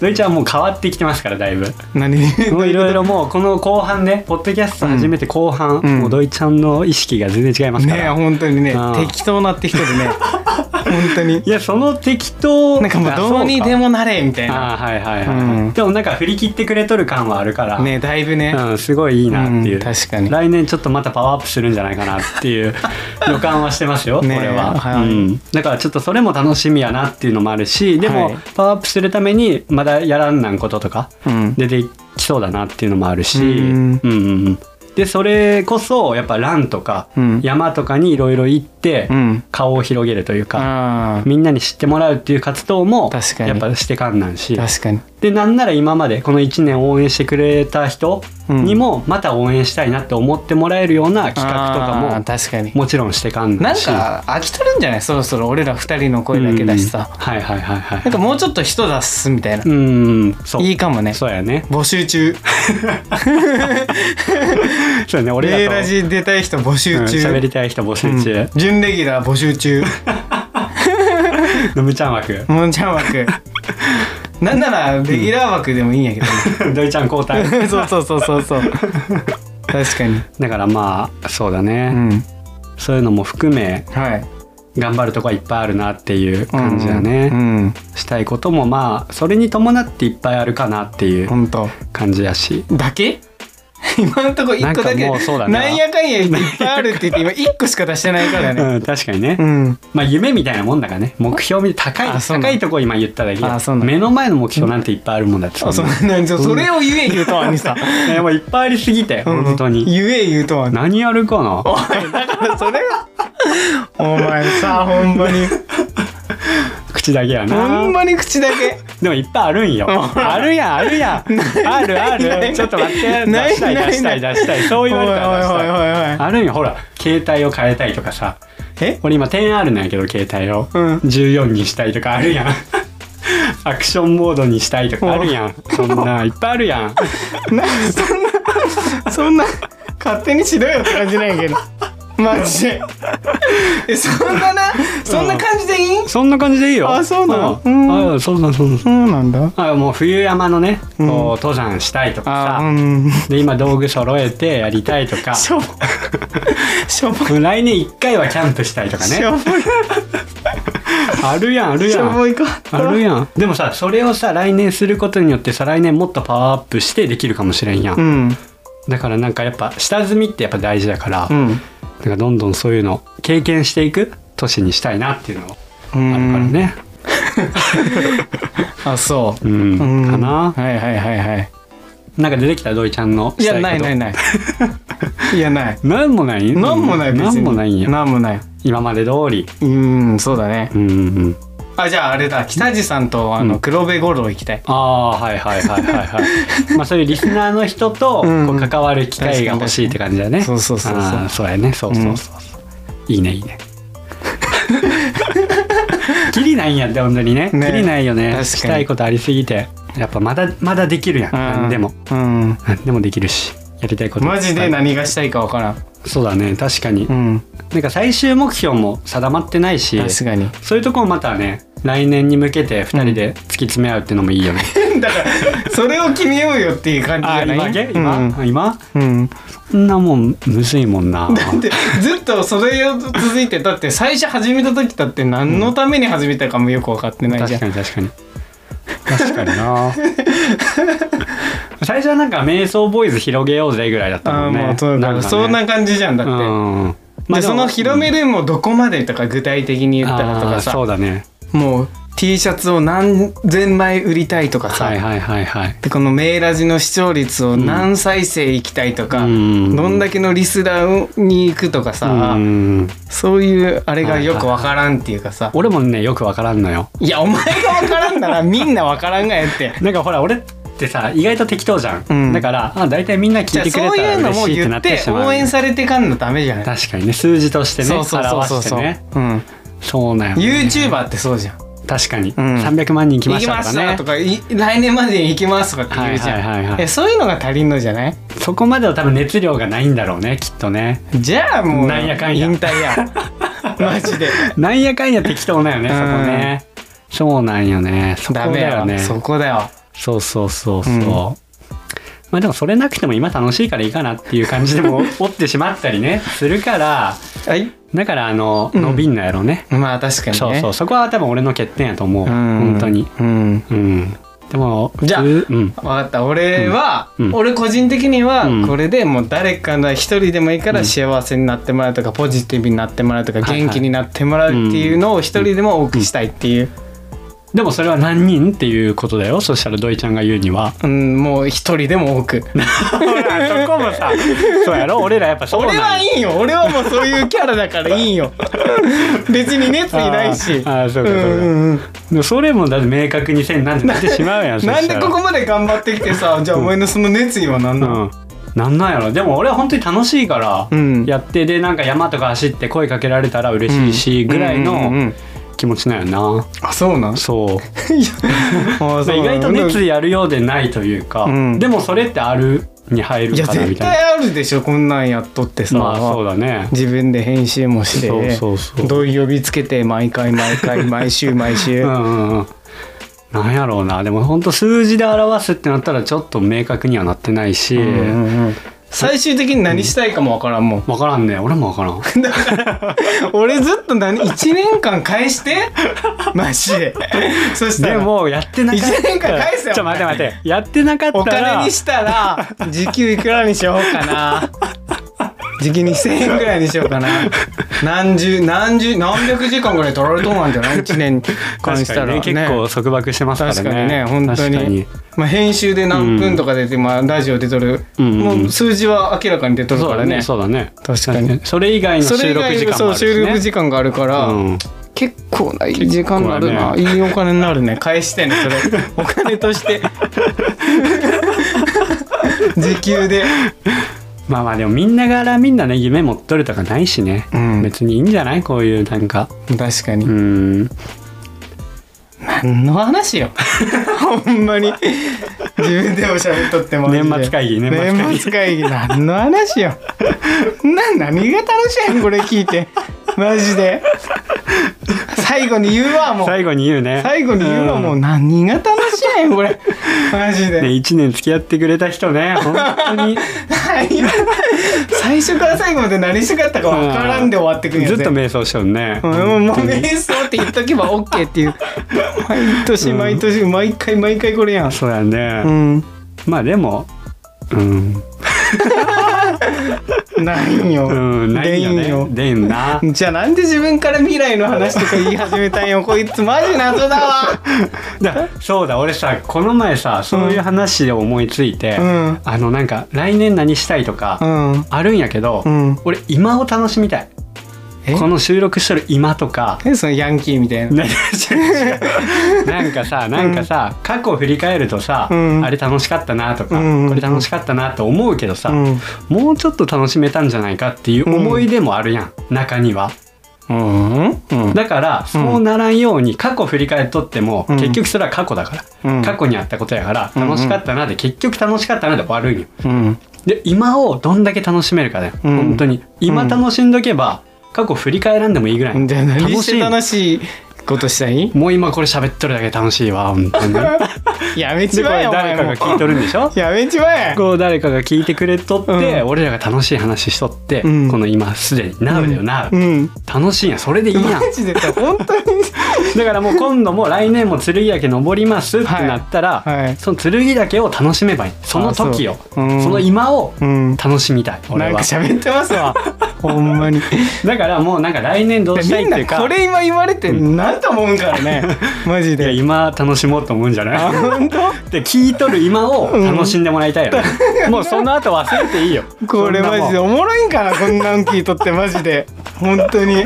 [SPEAKER 2] 土井ちゃんはもう変わってきてますからだいぶ
[SPEAKER 1] 何
[SPEAKER 2] もういろいろもうこの後半ねポッドキャスト始めて後半、
[SPEAKER 1] うん
[SPEAKER 2] もう土井ちゃんの意識が全然違いますか
[SPEAKER 1] ねえ
[SPEAKER 2] ら、
[SPEAKER 1] 本当にね
[SPEAKER 2] うん
[SPEAKER 1] 適当なって人でね本当に
[SPEAKER 2] いやその適当
[SPEAKER 1] なんかもうどうにでもなれみたいな
[SPEAKER 2] ああーはいはいはい、
[SPEAKER 1] うん
[SPEAKER 2] でもなんか振り切ってくれとる感はあるから、
[SPEAKER 1] ねだいぶね、
[SPEAKER 2] うん、すごいいいなっていう、
[SPEAKER 1] うん確かに
[SPEAKER 2] 来年ちょっとまたパワーアップするんじゃないかなっていう予感はしてます よ、
[SPEAKER 1] ねえ
[SPEAKER 2] 俺は、
[SPEAKER 1] はい
[SPEAKER 2] うん、だからちょっとそれも楽しみやなっていうのもあるしでも、
[SPEAKER 1] はい
[SPEAKER 2] パワーアップするためにまだやらんなんこととか
[SPEAKER 1] うん
[SPEAKER 2] 出てきそうだなっていうのもあるし、
[SPEAKER 1] うん
[SPEAKER 2] うんうんうんでそれこそやっぱランとか、
[SPEAKER 1] うん
[SPEAKER 2] 山とかにいろいろ行って、
[SPEAKER 1] うん
[SPEAKER 2] 顔を広げるというか、
[SPEAKER 1] あー
[SPEAKER 2] みんなに知ってもらうっていう活動も
[SPEAKER 1] 確かに
[SPEAKER 2] やっぱしてかんなんし
[SPEAKER 1] 確かに
[SPEAKER 2] でなんなら今までこの1年応援してくれた人
[SPEAKER 1] うん
[SPEAKER 2] にもまた応援したいなって思ってもらえるような企画と
[SPEAKER 1] あ
[SPEAKER 2] か
[SPEAKER 1] ー確かに
[SPEAKER 2] ももちろんしてかん
[SPEAKER 1] な
[SPEAKER 2] だ
[SPEAKER 1] ん
[SPEAKER 2] し
[SPEAKER 1] か飽きとるんじゃないそろそろ俺ら二人の声だけだしさ
[SPEAKER 2] うん、はいはいはいはい
[SPEAKER 1] なんかもうちょっと人出すみたいな、
[SPEAKER 2] うんそう
[SPEAKER 1] いいかもね
[SPEAKER 2] そうやね
[SPEAKER 1] 募集中
[SPEAKER 2] そうやね俺らと
[SPEAKER 1] レーラジ出たい人募
[SPEAKER 2] うん
[SPEAKER 1] 集中、
[SPEAKER 2] 喋りたい人募集中
[SPEAKER 1] うん準レギュラー募集 中
[SPEAKER 2] のむちゃん枠
[SPEAKER 1] もんちゃん枠なんならレギュラー枠でもいいんやけど、
[SPEAKER 2] どいちゃん交代
[SPEAKER 1] ね、 そうそうそうそうそう確かに
[SPEAKER 2] だからまあそうだ
[SPEAKER 1] う
[SPEAKER 2] ね、
[SPEAKER 1] ん
[SPEAKER 2] そういうのも含め
[SPEAKER 1] はい
[SPEAKER 2] 頑張るとこはいっぱいあるなっていう感じだね、
[SPEAKER 1] うん
[SPEAKER 2] したいこともまあそれに伴っていっぱいあるかなっていう
[SPEAKER 1] 本当
[SPEAKER 2] 感じやし
[SPEAKER 1] だけ 今のとこ一個だ
[SPEAKER 2] なんか
[SPEAKER 1] け
[SPEAKER 2] もうそうだな
[SPEAKER 1] なんやかんやいっぱいあるって言って今一個しか出してないからね
[SPEAKER 2] うん、確かにね、
[SPEAKER 1] うん
[SPEAKER 2] まあ夢みたいなもんだからね目標みたい高い
[SPEAKER 1] あそうなの
[SPEAKER 2] 高いとこ今言っただけ
[SPEAKER 1] あそうなの
[SPEAKER 2] 目の前の目標なんていっぱいあるもんだって
[SPEAKER 1] あそ
[SPEAKER 2] ん
[SPEAKER 1] うな
[SPEAKER 2] な
[SPEAKER 1] んそれを言え言うとはにさ
[SPEAKER 2] いやもういっぱいありすぎて
[SPEAKER 1] うん
[SPEAKER 2] 本当に、
[SPEAKER 1] 言え言うとはに
[SPEAKER 2] 何やるかな
[SPEAKER 1] おいだからそれはお前さほんま に
[SPEAKER 2] 口だけ
[SPEAKER 1] ほ
[SPEAKER 2] や
[SPEAKER 1] ん
[SPEAKER 2] な
[SPEAKER 1] まに口だけ
[SPEAKER 2] でもいっぱいあるんよあるやんあるやんあるあ
[SPEAKER 1] ないな
[SPEAKER 2] る
[SPEAKER 1] い
[SPEAKER 2] ちょっと待って出
[SPEAKER 1] ない
[SPEAKER 2] したい
[SPEAKER 1] ない
[SPEAKER 2] 出したい出したいそう
[SPEAKER 1] おい
[SPEAKER 2] 言
[SPEAKER 1] おい
[SPEAKER 2] わ
[SPEAKER 1] おい
[SPEAKER 2] れ
[SPEAKER 1] お
[SPEAKER 2] たら出したい
[SPEAKER 1] いおい
[SPEAKER 2] あるんよほら携帯を変えたいとかさ
[SPEAKER 1] え
[SPEAKER 2] 俺今 10R なんやけど携帯を
[SPEAKER 1] うん
[SPEAKER 2] 14にしたいとかあるやんアクションモードにしたいとかあるやんそんないっぱいあるやん
[SPEAKER 1] なそんなそんな勝手にしろよって感じなんやけどマジでえそんななそんな感じでいい
[SPEAKER 2] そんな感じでいいよ
[SPEAKER 1] あそうなの
[SPEAKER 2] うんあそうなのそうなの
[SPEAKER 1] そうなんだ
[SPEAKER 2] あもう冬山のね、こう
[SPEAKER 1] うん
[SPEAKER 2] 登山したいとか
[SPEAKER 1] あう
[SPEAKER 2] さ、
[SPEAKER 1] ん
[SPEAKER 2] で今道具揃えてやりたいとか
[SPEAKER 1] しょぼしょぼ
[SPEAKER 2] もう来年1回はキャンプしたいとか
[SPEAKER 1] し
[SPEAKER 2] ね
[SPEAKER 1] ょぼい
[SPEAKER 2] あるやんある
[SPEAKER 1] し
[SPEAKER 2] や
[SPEAKER 1] ょ
[SPEAKER 2] ん
[SPEAKER 1] ぼいかった
[SPEAKER 2] あるやんでもさそれをさ来年することによって再来年もっとパワーアップしてできるかもしれんやん、
[SPEAKER 1] うん
[SPEAKER 2] だからなんかやっぱ下積みってやっぱ大事だから、
[SPEAKER 1] うん
[SPEAKER 2] なんかどんどんそういうの経験していく年にしたいなっていうのは
[SPEAKER 1] う
[SPEAKER 2] あるから
[SPEAKER 1] ん
[SPEAKER 2] ね
[SPEAKER 1] あそう
[SPEAKER 2] うん、
[SPEAKER 1] うん
[SPEAKER 2] かな
[SPEAKER 1] はいはいはいはい
[SPEAKER 2] なんか出てきた土井ちゃんの
[SPEAKER 1] いや
[SPEAKER 2] した
[SPEAKER 1] ないい
[SPEAKER 2] こと
[SPEAKER 1] ないない いやない
[SPEAKER 2] なんもない
[SPEAKER 1] なんもない別に
[SPEAKER 2] なんもないんや
[SPEAKER 1] なんもない
[SPEAKER 2] 今まで通り
[SPEAKER 1] うんそうだね
[SPEAKER 2] うんうんうん
[SPEAKER 1] あじゃああれだ北地さんとあ
[SPEAKER 2] う
[SPEAKER 1] の
[SPEAKER 2] ん
[SPEAKER 1] 黒部五郎行きたい
[SPEAKER 2] ああーはいはいはいはい はいまあそういうリスナーの人と
[SPEAKER 1] うん
[SPEAKER 2] こう関わる機会が欲しいって感じだね
[SPEAKER 1] そうそうそうそう
[SPEAKER 2] あーそうやねそうそうそうそう、いいねい いねきりないんやって本当にねき
[SPEAKER 1] ね
[SPEAKER 2] りないよね
[SPEAKER 1] 確かに
[SPEAKER 2] したいことありすぎてやっぱまだまだできるやん何でも
[SPEAKER 1] うん
[SPEAKER 2] 何でもできるしやりたいこと
[SPEAKER 1] マジで何がしたいかわからん
[SPEAKER 2] そうだね確かに、
[SPEAKER 1] うん
[SPEAKER 2] なんか最終目標も定まってないし
[SPEAKER 1] 確かに
[SPEAKER 2] そういうとこもまたね来年に向けて2人で突き詰め合うっていうのもいいよね、
[SPEAKER 1] だからそれを決めようよっていう感じじ
[SPEAKER 2] あ
[SPEAKER 1] ゃない
[SPEAKER 2] 今げ今、
[SPEAKER 1] うん
[SPEAKER 2] 今
[SPEAKER 1] うん
[SPEAKER 2] そんなもんむずいも んな
[SPEAKER 1] でずっとそれを続いてだって最初始めた時だって何のために始めたかもよく分かってないじ
[SPEAKER 2] 確
[SPEAKER 1] ゃん
[SPEAKER 2] かに確かに確かにな 最初はなんか瞑想ボーイズ広げようぜぐらいだった
[SPEAKER 1] あ
[SPEAKER 2] も
[SPEAKER 1] あ
[SPEAKER 2] んね
[SPEAKER 1] もうそうだ
[SPEAKER 2] かね
[SPEAKER 1] そんな感じじゃんだって、
[SPEAKER 2] うん
[SPEAKER 1] でその広め
[SPEAKER 2] る
[SPEAKER 1] るもどこまでとか具体的に言ったらとかさ
[SPEAKER 2] そうだね
[SPEAKER 1] もう T シャツを何千枚売りたいとかさ、
[SPEAKER 2] はいはいはいはい
[SPEAKER 1] でこのメーラジの視聴率を何再生いきたいとか、
[SPEAKER 2] うん
[SPEAKER 1] どんだけのリスナーに行くとかさ、
[SPEAKER 2] うん
[SPEAKER 1] そういうあれがよくわからんっていうかさ、
[SPEAKER 2] 俺もねよくわからんのよ
[SPEAKER 1] いやお前がわからんならみんなわからんがやって。
[SPEAKER 2] なんかほら俺ってさ意外と適当じゃん、
[SPEAKER 1] うん
[SPEAKER 2] だからあ大体みんな 聞
[SPEAKER 1] じ
[SPEAKER 2] い
[SPEAKER 1] ゃあ
[SPEAKER 2] てくれ
[SPEAKER 1] そう
[SPEAKER 2] た
[SPEAKER 1] いうの
[SPEAKER 2] ら嬉
[SPEAKER 1] も
[SPEAKER 2] しいってな
[SPEAKER 1] 言っ
[SPEAKER 2] って
[SPEAKER 1] て
[SPEAKER 2] しまう
[SPEAKER 1] 応援
[SPEAKER 2] ね
[SPEAKER 1] されてかんのダメじゃない
[SPEAKER 2] 確かにね数字としてね
[SPEAKER 1] そう
[SPEAKER 2] 表
[SPEAKER 1] そうそうそうそ
[SPEAKER 2] して
[SPEAKER 1] う、
[SPEAKER 2] ね
[SPEAKER 1] うん、
[SPEAKER 2] そうなんよね
[SPEAKER 1] YouTuber ってそうじゃん
[SPEAKER 2] 確かに、
[SPEAKER 1] ん
[SPEAKER 2] 300万人来ま
[SPEAKER 1] 行
[SPEAKER 2] し
[SPEAKER 1] き
[SPEAKER 2] た
[SPEAKER 1] ま
[SPEAKER 2] とか
[SPEAKER 1] す
[SPEAKER 2] ね
[SPEAKER 1] とかい来年までに行きますとかって言うじゃん、
[SPEAKER 2] はいはいはいはい
[SPEAKER 1] えそういうのが足りんのじゃない
[SPEAKER 2] そこまでは多分熱量がないんだろうねきっ とね
[SPEAKER 1] じゃあもう
[SPEAKER 2] なんやかんや
[SPEAKER 1] 引退や マジで
[SPEAKER 2] なんやかんや適当だよね
[SPEAKER 1] う
[SPEAKER 2] そ
[SPEAKER 1] ん
[SPEAKER 2] こねそうなんよねそこ
[SPEAKER 1] ダメ
[SPEAKER 2] だ
[SPEAKER 1] や
[SPEAKER 2] よ
[SPEAKER 1] わ
[SPEAKER 2] ね
[SPEAKER 1] そこだよ
[SPEAKER 2] そうそうそうそう、
[SPEAKER 1] うん
[SPEAKER 2] まあでもそれなくても今楽しいからいいかなっていう感じで も折ってしまったりねするから
[SPEAKER 1] はい
[SPEAKER 2] だからあの
[SPEAKER 1] うん
[SPEAKER 2] 伸びんのやろうね、
[SPEAKER 1] まあ確かにね
[SPEAKER 2] そうそうそこは多分俺の欠点やと思う、
[SPEAKER 1] うん
[SPEAKER 2] 本当に
[SPEAKER 1] うん
[SPEAKER 2] うんでも
[SPEAKER 1] じゃあ
[SPEAKER 2] 普通うん
[SPEAKER 1] 分かった俺は、
[SPEAKER 2] うんうん
[SPEAKER 1] 俺個人的には
[SPEAKER 2] うん
[SPEAKER 1] これでもう誰かの一人でもいいから幸せになってもらうとか、ポジティブになってもらうとか
[SPEAKER 2] はいはい
[SPEAKER 1] 元気になってもらうっていうのを一人でも多くしたいっていう、
[SPEAKER 2] でもそれは何人っていうことだよそしたら土井ちゃんが言うには
[SPEAKER 1] うん、もう一人でも多 く
[SPEAKER 2] ほらそこも さそうやろ俺らやっぱそうなん
[SPEAKER 1] 俺
[SPEAKER 2] よ
[SPEAKER 1] はいいんよ俺はもうそういうキャラだからいいん よ別に熱意ないし
[SPEAKER 2] あーあーそ
[SPEAKER 1] うん
[SPEAKER 2] うかそうか、
[SPEAKER 1] うんうん
[SPEAKER 2] でもそれもだって明確に線なんてなってしまう やんそ
[SPEAKER 1] なん
[SPEAKER 2] し
[SPEAKER 1] で
[SPEAKER 2] たら
[SPEAKER 1] ここまで頑張ってきてさじゃあお前のその熱意は何なの、
[SPEAKER 2] うんなんなんやろでも俺は本当に楽しいから
[SPEAKER 1] うん
[SPEAKER 2] やって、でなんか山とか走って声かけられたら嬉しいし、ぐらい
[SPEAKER 1] うんうんう
[SPEAKER 2] の
[SPEAKER 1] ん
[SPEAKER 2] 気持ちなんやな、
[SPEAKER 1] あそうなんい
[SPEAKER 2] そう
[SPEAKER 1] やあーそう
[SPEAKER 2] 意
[SPEAKER 1] な
[SPEAKER 2] 外
[SPEAKER 1] ん
[SPEAKER 2] と熱意あるようでないというか、
[SPEAKER 1] うん
[SPEAKER 2] でもそれってあるに
[SPEAKER 1] い
[SPEAKER 2] 入る
[SPEAKER 1] や
[SPEAKER 2] かなみ
[SPEAKER 1] 絶
[SPEAKER 2] たい
[SPEAKER 1] 対あるでしょこんなんやっとってさ、
[SPEAKER 2] なまあそうだね
[SPEAKER 1] 自分で編集もして
[SPEAKER 2] そうそうそう
[SPEAKER 1] 同意呼びつけて毎回毎回毎週毎週、
[SPEAKER 2] うんうんうんなんやろうなでも本当数字で表すってなったらちょっと明確にはなってないし、
[SPEAKER 1] うんうんうん最終的に何したいかもわからんもん、
[SPEAKER 2] 分からんね俺も分からん
[SPEAKER 1] 俺ずっと何1年間返してマジでそした
[SPEAKER 2] で
[SPEAKER 1] ら
[SPEAKER 2] もやってなかったら
[SPEAKER 1] 一年間返せよ
[SPEAKER 2] ちょ待って待ってやってなかったら
[SPEAKER 1] お金にしたら時給いくらにしようかな時給2,000円ぐらいにしようかな何十何十何百時間ぐらい取られとんなんじゃない1年間したら
[SPEAKER 2] 確かにね結構束縛してますからね
[SPEAKER 1] 確かにね本当
[SPEAKER 2] 確
[SPEAKER 1] に
[SPEAKER 2] か
[SPEAKER 1] まあ、編集で何分とか出て、まあ、ラジオ出とる、
[SPEAKER 2] うんうんうん
[SPEAKER 1] もう数字は明らかに出とる
[SPEAKER 2] そう
[SPEAKER 1] か
[SPEAKER 2] だ
[SPEAKER 1] らね
[SPEAKER 2] ねそうだね
[SPEAKER 1] 確かに
[SPEAKER 2] それ以外の
[SPEAKER 1] それ
[SPEAKER 2] 収
[SPEAKER 1] 以
[SPEAKER 2] 録
[SPEAKER 1] 外に
[SPEAKER 2] 時間も
[SPEAKER 1] そ
[SPEAKER 2] あ
[SPEAKER 1] う
[SPEAKER 2] るし、
[SPEAKER 1] 収録
[SPEAKER 2] ね、
[SPEAKER 1] 時間があるから、
[SPEAKER 2] うん
[SPEAKER 1] 結構ない時間になるな、い
[SPEAKER 2] 結
[SPEAKER 1] いお金になる ね返してねそれお金として 時給で
[SPEAKER 2] まあまあでもみんなからみんなね夢持っとるとかないしね、
[SPEAKER 1] うん
[SPEAKER 2] 別にいいんじゃないこういうなんか
[SPEAKER 1] 確かに、
[SPEAKER 2] うん
[SPEAKER 1] 何の話よほんまに自分でおしゃべっとっても
[SPEAKER 2] 年末会議
[SPEAKER 1] 年
[SPEAKER 2] 年末会議
[SPEAKER 1] 末会議何の話よな何が楽しいのこれ聞いてマジで最後に言うわもう
[SPEAKER 2] 最後に言うね
[SPEAKER 1] 最後に言うわもう何が楽しいのこれマジで、
[SPEAKER 2] ね、1年付き合ってくれた 人ね本当に
[SPEAKER 1] 何が 最初から最後まで何したかったか分からんで終わってくるや
[SPEAKER 2] ずっ
[SPEAKER 1] つ
[SPEAKER 2] と瞑想しとるね、
[SPEAKER 1] うんもう瞑想って言っとけば OK っていう 毎年毎年毎回毎回これやん
[SPEAKER 2] そうや
[SPEAKER 1] う
[SPEAKER 2] ね、
[SPEAKER 1] ん
[SPEAKER 2] まあでもうん
[SPEAKER 1] ないよ
[SPEAKER 2] うんないよ
[SPEAKER 1] でん
[SPEAKER 2] ね
[SPEAKER 1] よ
[SPEAKER 2] で んな
[SPEAKER 1] じゃあなんで自分から未来の話とか言い始めた んよこいつマジ謎だわ
[SPEAKER 2] だそうだ俺さこの前さそういう話を思いついて、
[SPEAKER 1] うん
[SPEAKER 2] あのなんか来年何したいとか、
[SPEAKER 1] うん
[SPEAKER 2] あるんやけど、
[SPEAKER 1] うん
[SPEAKER 2] 俺今を楽しみたい
[SPEAKER 1] え
[SPEAKER 2] この収録してる今とか
[SPEAKER 1] 何そのヤンキーみたいな
[SPEAKER 2] ななんかさなんかさ、過去を振り返るとさ、
[SPEAKER 1] うん
[SPEAKER 2] あれ楽しかったなとか、
[SPEAKER 1] うんうん
[SPEAKER 2] これ楽しかったなと思うけどさ、
[SPEAKER 1] うん
[SPEAKER 2] もうちょっと楽しめたんじゃないかっていう思い出もあるやん、中には
[SPEAKER 1] うんうん
[SPEAKER 2] だからそうならんように過去振り返っとっても、
[SPEAKER 1] うん
[SPEAKER 2] 結局それは過去だから、
[SPEAKER 1] うん
[SPEAKER 2] 過去にあったことやから
[SPEAKER 1] うんうん
[SPEAKER 2] 楽しかったなで結局楽しかったなで終わるんよ
[SPEAKER 1] うん
[SPEAKER 2] で今をどんだけ楽しめるかだよ、
[SPEAKER 1] うん
[SPEAKER 2] 本当に今楽しんどけば過去振り返らんでもいいぐらい
[SPEAKER 1] じゃあ何し
[SPEAKER 2] 楽してい
[SPEAKER 1] 楽しいことしたい
[SPEAKER 2] もう今これ喋っとるだけ楽しいわ本当にで
[SPEAKER 1] やめち
[SPEAKER 2] こ
[SPEAKER 1] まえ
[SPEAKER 2] れ
[SPEAKER 1] よお
[SPEAKER 2] 誰
[SPEAKER 1] 前
[SPEAKER 2] か
[SPEAKER 1] も
[SPEAKER 2] が聞いとるんでしょ
[SPEAKER 1] やめちまえ
[SPEAKER 2] こう誰かが聞いてくれとって、
[SPEAKER 1] うん
[SPEAKER 2] 俺らが楽しい話しとって、
[SPEAKER 1] うん
[SPEAKER 2] この今すでに Now だよ Now、
[SPEAKER 1] うん
[SPEAKER 2] 楽しいやんそれでいいやん
[SPEAKER 1] マジでさ本当に
[SPEAKER 2] だからもう今度も来年も剣岳登りますってなったら、
[SPEAKER 1] はいはい
[SPEAKER 2] その剣岳を楽しめばいいその時を
[SPEAKER 1] あ
[SPEAKER 2] そ,、
[SPEAKER 1] そううん
[SPEAKER 2] の今を
[SPEAKER 1] うん
[SPEAKER 2] 楽しみたい
[SPEAKER 1] な
[SPEAKER 2] 俺
[SPEAKER 1] んか
[SPEAKER 2] は
[SPEAKER 1] 喋ってますわほんまに
[SPEAKER 2] だからもうなんか来年どうしたい
[SPEAKER 1] み
[SPEAKER 2] っ
[SPEAKER 1] ん
[SPEAKER 2] ていう
[SPEAKER 1] な
[SPEAKER 2] か
[SPEAKER 1] これ今言われて何と思うんからね マジ
[SPEAKER 2] いや
[SPEAKER 1] で
[SPEAKER 2] 今楽しもうと思うんじゃない
[SPEAKER 1] 本当
[SPEAKER 2] で聞いとる今を楽しんでもらいたいよね、 もうその後忘れていいよ
[SPEAKER 1] これ
[SPEAKER 2] そん
[SPEAKER 1] マ
[SPEAKER 2] なもん
[SPEAKER 1] ジでおもろいんかなこんなん聞いとってマジで本当に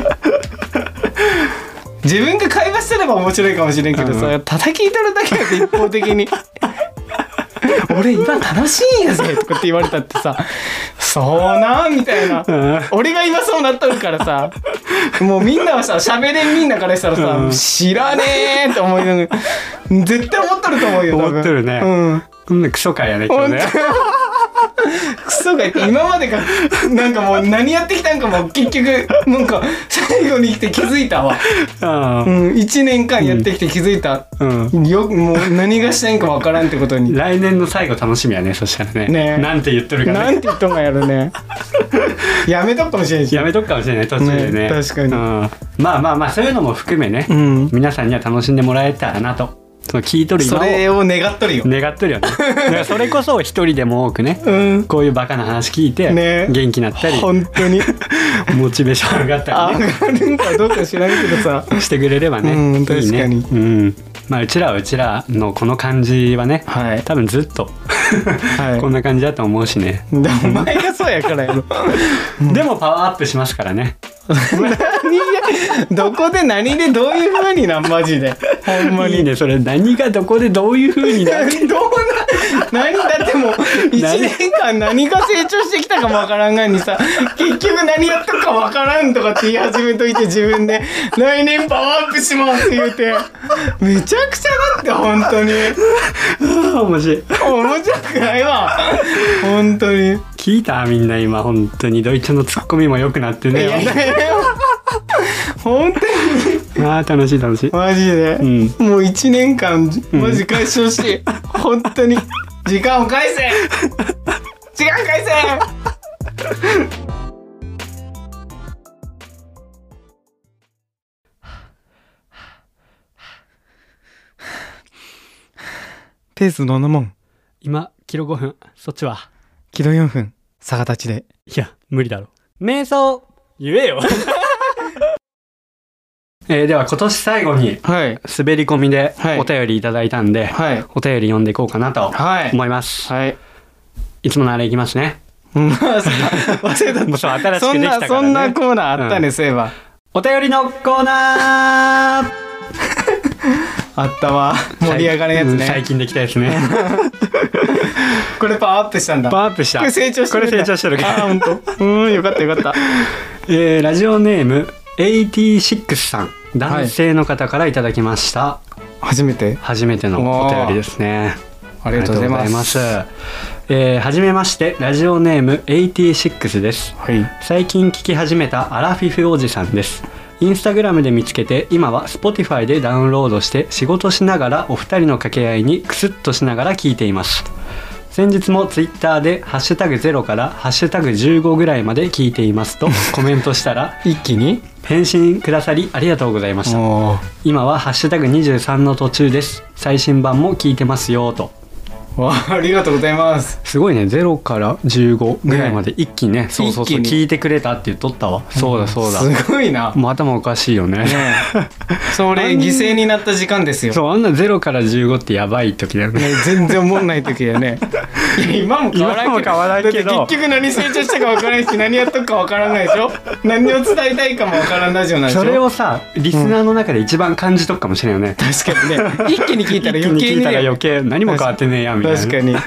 [SPEAKER 1] 自分が会話してれば面白いかもしれんけどさ、
[SPEAKER 2] う
[SPEAKER 1] ただ聞いとるだけだって一方的に「俺今楽しいんやぜ」とかって言われたってさ「そうなん」みたいな、
[SPEAKER 2] ん
[SPEAKER 1] 俺が今そうなっとるからさもうみんなはさ喋れんみんなからしたらさ「
[SPEAKER 2] うん
[SPEAKER 1] 知らねえ」って思いながら絶対思っとると思うよ多分
[SPEAKER 2] 思っとるね
[SPEAKER 1] うん
[SPEAKER 2] こんなクソかやね今
[SPEAKER 1] 本
[SPEAKER 2] 日
[SPEAKER 1] 当
[SPEAKER 2] ね
[SPEAKER 1] クソが今までがなんかもう何やってきたんかも結局なんか最後に来て気づいたわ、
[SPEAKER 2] う
[SPEAKER 1] うん、1年間やってきて気づいた、
[SPEAKER 2] ん、うん
[SPEAKER 1] よもう何がしたいんかわからんってことに
[SPEAKER 2] 来年の最後楽しみやねそしたらね
[SPEAKER 1] ね
[SPEAKER 2] なんて言っとるか
[SPEAKER 1] な
[SPEAKER 2] ね
[SPEAKER 1] んて言っとんかやるねやめとくかもしれんし
[SPEAKER 2] やめとくかもしれない途中で
[SPEAKER 1] ね
[SPEAKER 2] ね
[SPEAKER 1] 確かに
[SPEAKER 2] うん、まあまあまあそういうのも含めね、
[SPEAKER 1] うん
[SPEAKER 2] 皆さんには楽しんでもらえたらなとその聞いとる今
[SPEAKER 1] そ
[SPEAKER 2] を
[SPEAKER 1] れを願っとるよ、
[SPEAKER 2] 願っとるよねだからそれこそ一人でも多くね
[SPEAKER 1] うん
[SPEAKER 2] こういうバカな話聞いて、
[SPEAKER 1] ね
[SPEAKER 2] 元気になったり
[SPEAKER 1] 本当に
[SPEAKER 2] モチベーション上がったりね
[SPEAKER 1] 上がるんかどうか知らんけどさ
[SPEAKER 2] してくれればね、
[SPEAKER 1] うん
[SPEAKER 2] いいね
[SPEAKER 1] 確かに
[SPEAKER 2] うんまあうちらはうちらのこの感じはね、
[SPEAKER 1] はい
[SPEAKER 2] 多分ずっと、
[SPEAKER 1] はい
[SPEAKER 2] こんな感じだと思うしね、
[SPEAKER 1] でお前がそうやからやろ
[SPEAKER 2] でもパワーアップしますからね
[SPEAKER 1] 何が どこで何でどういう風になんマジでほんまに
[SPEAKER 2] いいねそれ何がどこでどういう風に
[SPEAKER 1] いやど
[SPEAKER 2] な
[SPEAKER 1] うな何だってもう1年間何が成長してきたかもわからんがにさ結局何やったかわからんとかって言い始めといて自分で「来年パワーアップします」って言うてめちゃくちゃだって本当に
[SPEAKER 2] 面白い
[SPEAKER 1] 面白くないわ本当に
[SPEAKER 2] 聞いたみんな今本当にドイツのツッコミも良くなって
[SPEAKER 1] いやい
[SPEAKER 2] ね
[SPEAKER 1] やいや本当に
[SPEAKER 2] ああ楽しい楽しい
[SPEAKER 1] マジで、
[SPEAKER 2] ん
[SPEAKER 1] もう1年間マジ解消 して、本当に時間を返せ 時間返せペースどんなもん
[SPEAKER 2] 今キロ5分そっちは
[SPEAKER 1] キロ4分逆立ちで
[SPEAKER 2] いや無理だろ瞑想言えよ えーでは今年最後に
[SPEAKER 1] はい
[SPEAKER 2] 滑り込みで
[SPEAKER 1] はい
[SPEAKER 2] お便りいただいたんで、
[SPEAKER 1] はい
[SPEAKER 2] お便り読んでいこうかなと
[SPEAKER 1] はい
[SPEAKER 2] 思います、
[SPEAKER 1] はい
[SPEAKER 2] い、つものあれいきますね
[SPEAKER 1] うん 忘れた
[SPEAKER 2] もうそう新し
[SPEAKER 1] そ
[SPEAKER 2] く
[SPEAKER 1] ん
[SPEAKER 2] できた
[SPEAKER 1] な
[SPEAKER 2] から、ね、
[SPEAKER 1] そんなコーナーあったね、そういえば
[SPEAKER 2] お便りのコーナー
[SPEAKER 1] あったわ盛り上がるやつ
[SPEAKER 2] うん
[SPEAKER 1] ね
[SPEAKER 2] 最近できたやつね
[SPEAKER 1] これパワーアップしたんだ。
[SPEAKER 2] パ
[SPEAKER 1] こ
[SPEAKER 2] ワーアップした
[SPEAKER 1] れ成長してるんだ。
[SPEAKER 2] これ成長してる
[SPEAKER 1] あー、本当。うーん、よかったよかった。
[SPEAKER 2] えーラジオネーム86さん男性の方からいただきました、
[SPEAKER 1] 初めて
[SPEAKER 2] 初めてのお便りですね
[SPEAKER 1] ありがとうございます
[SPEAKER 2] ありがとうございますえーはじめましてラジオネーム86です
[SPEAKER 1] はい
[SPEAKER 2] 最近聞き始めたアラフィフおじさんですインスタグラムで見つけて今は Spotify でダウンロードして仕事しながらお二人の掛け合いにクスッとしながら聞いています先日も Twitter で「ハッシュタグ #0」から「ハッシュタグ #15」ぐらいまで聞いています とコメントしたら
[SPEAKER 1] 一気に
[SPEAKER 2] 返信くださりありがとうございました
[SPEAKER 1] おー
[SPEAKER 2] 今は「ハッシュタグ #23」の途中です最新版も聞いてますよと
[SPEAKER 1] わあありがとうございます
[SPEAKER 2] すごいね0から15ぐらいまで一気にねそうそうそう
[SPEAKER 1] 一気に
[SPEAKER 2] 聞いてくれたって言っとったわそうだそうだ
[SPEAKER 1] すごいな、
[SPEAKER 2] もう頭おかしいよね
[SPEAKER 1] ねえ、それ犠牲になった時間ですよ、
[SPEAKER 2] そうあんな0から15ってやばい時だよね
[SPEAKER 1] ね、全然思んない時だよねいや今も変わらんけど
[SPEAKER 2] 今も変わらんけど
[SPEAKER 1] だって結局何成長したか分からんし何やっとくか分からないでしょ何を伝えたいかも分からんラジオなんでしょ
[SPEAKER 2] それをさリスナーの中で一番感じとくかもしれんよね、
[SPEAKER 1] 確かにね一気に聞いたら
[SPEAKER 2] 一気
[SPEAKER 1] 余
[SPEAKER 2] に
[SPEAKER 1] 計
[SPEAKER 2] 聞
[SPEAKER 1] に
[SPEAKER 2] いたら
[SPEAKER 1] ね
[SPEAKER 2] 余計何も変わってねえやみたいな
[SPEAKER 1] 確かに、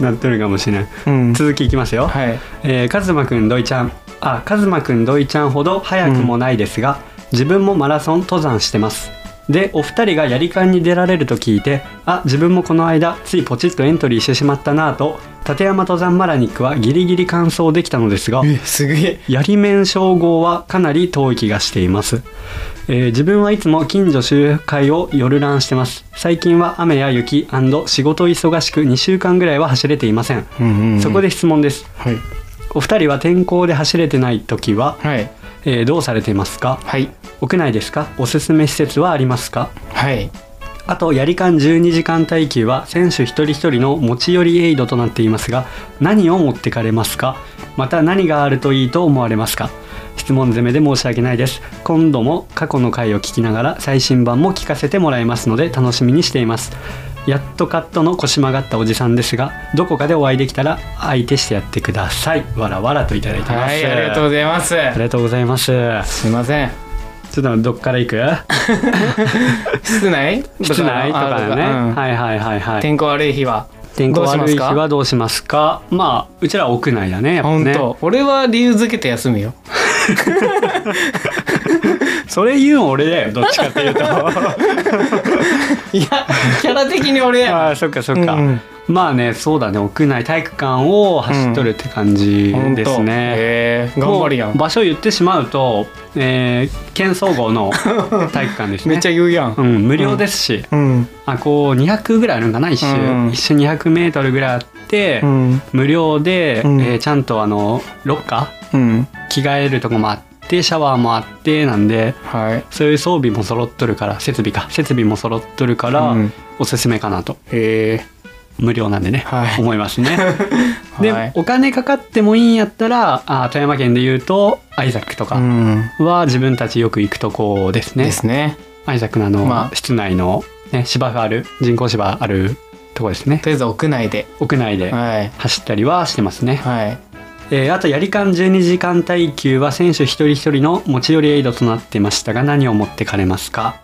[SPEAKER 2] なってるかもしれん、
[SPEAKER 1] うん、
[SPEAKER 2] 続きいきますよ、
[SPEAKER 1] はい
[SPEAKER 2] えー、カズマくんドイちゃんあカズマくんドイちゃんほど早くもないですが、自分もマラソン登山してますでお二人がやりかんに出られると聞いてあ自分もこの間ついポチッとエントリーしてしまったなぁと立山登山マラニックはギリギリ完走できたのですが
[SPEAKER 1] えすげえ
[SPEAKER 2] やり面称号はかなり遠い気がしています、えー自分はいつも近所周回を夜ランしてます最近は雨や雪仕事忙しく2週間ぐらいは走れていません、
[SPEAKER 1] うんうんうん
[SPEAKER 2] そこで質問です
[SPEAKER 1] はい
[SPEAKER 2] お二人は天候で走れてない時は、
[SPEAKER 1] はい
[SPEAKER 2] えーどうされていますか
[SPEAKER 1] はい
[SPEAKER 2] 屋内ですかおすすめ施設はありますか
[SPEAKER 1] はい
[SPEAKER 2] あとやりかん12時間耐久は選手一人一人の持ち寄りエイドとなっていますが何を持ってかれますかまた何があるといいと思われますか質問攻めで申し訳ないです今度も過去の回を聞きながら最新版も聞かせてもらいますので楽しみにしていますやっとカットの腰曲がったおじさんですがどこかでお会いできたら相手してやってくださいわらわらといただいてます
[SPEAKER 1] はいありがとうご
[SPEAKER 2] う
[SPEAKER 1] ざいます
[SPEAKER 2] ありがとうございます
[SPEAKER 1] すいません
[SPEAKER 2] ちょっとどっから行く
[SPEAKER 1] 室内とか
[SPEAKER 2] 室内とかだね、
[SPEAKER 1] あうん
[SPEAKER 2] はいはいはいはい
[SPEAKER 1] 天候悪い日は
[SPEAKER 2] 天候
[SPEAKER 1] どうしま
[SPEAKER 2] 悪
[SPEAKER 1] す
[SPEAKER 2] い日
[SPEAKER 1] か
[SPEAKER 2] はどうしますかまあうちらは屋内だねやっぱ
[SPEAKER 1] 本
[SPEAKER 2] ね
[SPEAKER 1] 当、俺は理由づけて休むよ
[SPEAKER 2] それ言うん俺だよどっちかっ ていうと あ
[SPEAKER 1] いやキャラ的に俺 や
[SPEAKER 2] あそっかそっか、
[SPEAKER 1] うんうん
[SPEAKER 2] まあねそうだね屋内体育館を走っとるって感じ
[SPEAKER 1] 本当
[SPEAKER 2] ですね、
[SPEAKER 1] へえ頑張るや
[SPEAKER 2] もうん場所言ってしまうと、えー、県総合 の体育館ですね
[SPEAKER 1] めっちゃ言うやん
[SPEAKER 2] うん、無料ですし、
[SPEAKER 1] うん
[SPEAKER 2] あこう200ぐらいあるんかな一周、
[SPEAKER 1] うん
[SPEAKER 2] 一周 200m ぐらいあって、
[SPEAKER 1] うん
[SPEAKER 2] 無料で、
[SPEAKER 1] うん
[SPEAKER 2] えーちゃんとあのロッカー
[SPEAKER 1] うん
[SPEAKER 2] 着替えるとこもあってシャワーもあってなんで
[SPEAKER 1] はい
[SPEAKER 2] そういう装備も揃っとるから設備か設備も揃っとるから、
[SPEAKER 1] うん
[SPEAKER 2] おすすめかなと
[SPEAKER 1] へえ
[SPEAKER 2] 無料なんでね、
[SPEAKER 1] はい
[SPEAKER 2] 思いますねで、
[SPEAKER 1] はい
[SPEAKER 2] お金かかってもいいんやったらあ富山県で言うとアイザックと
[SPEAKER 1] う
[SPEAKER 2] か
[SPEAKER 1] ん
[SPEAKER 2] は自分たちよく行くとこですね、
[SPEAKER 1] ですね
[SPEAKER 2] アイザックのあの、
[SPEAKER 1] まあ
[SPEAKER 2] 室内の、ね、芝生ある人工芝あるとこですね
[SPEAKER 1] とりあえず屋内で
[SPEAKER 2] 屋内で
[SPEAKER 1] はい
[SPEAKER 2] 走ったりはしてますね、
[SPEAKER 1] はい
[SPEAKER 2] えーあとやりかん12時間耐久は選手一人一人の持ち寄りエイドとなっていましたが何を持ってかれますか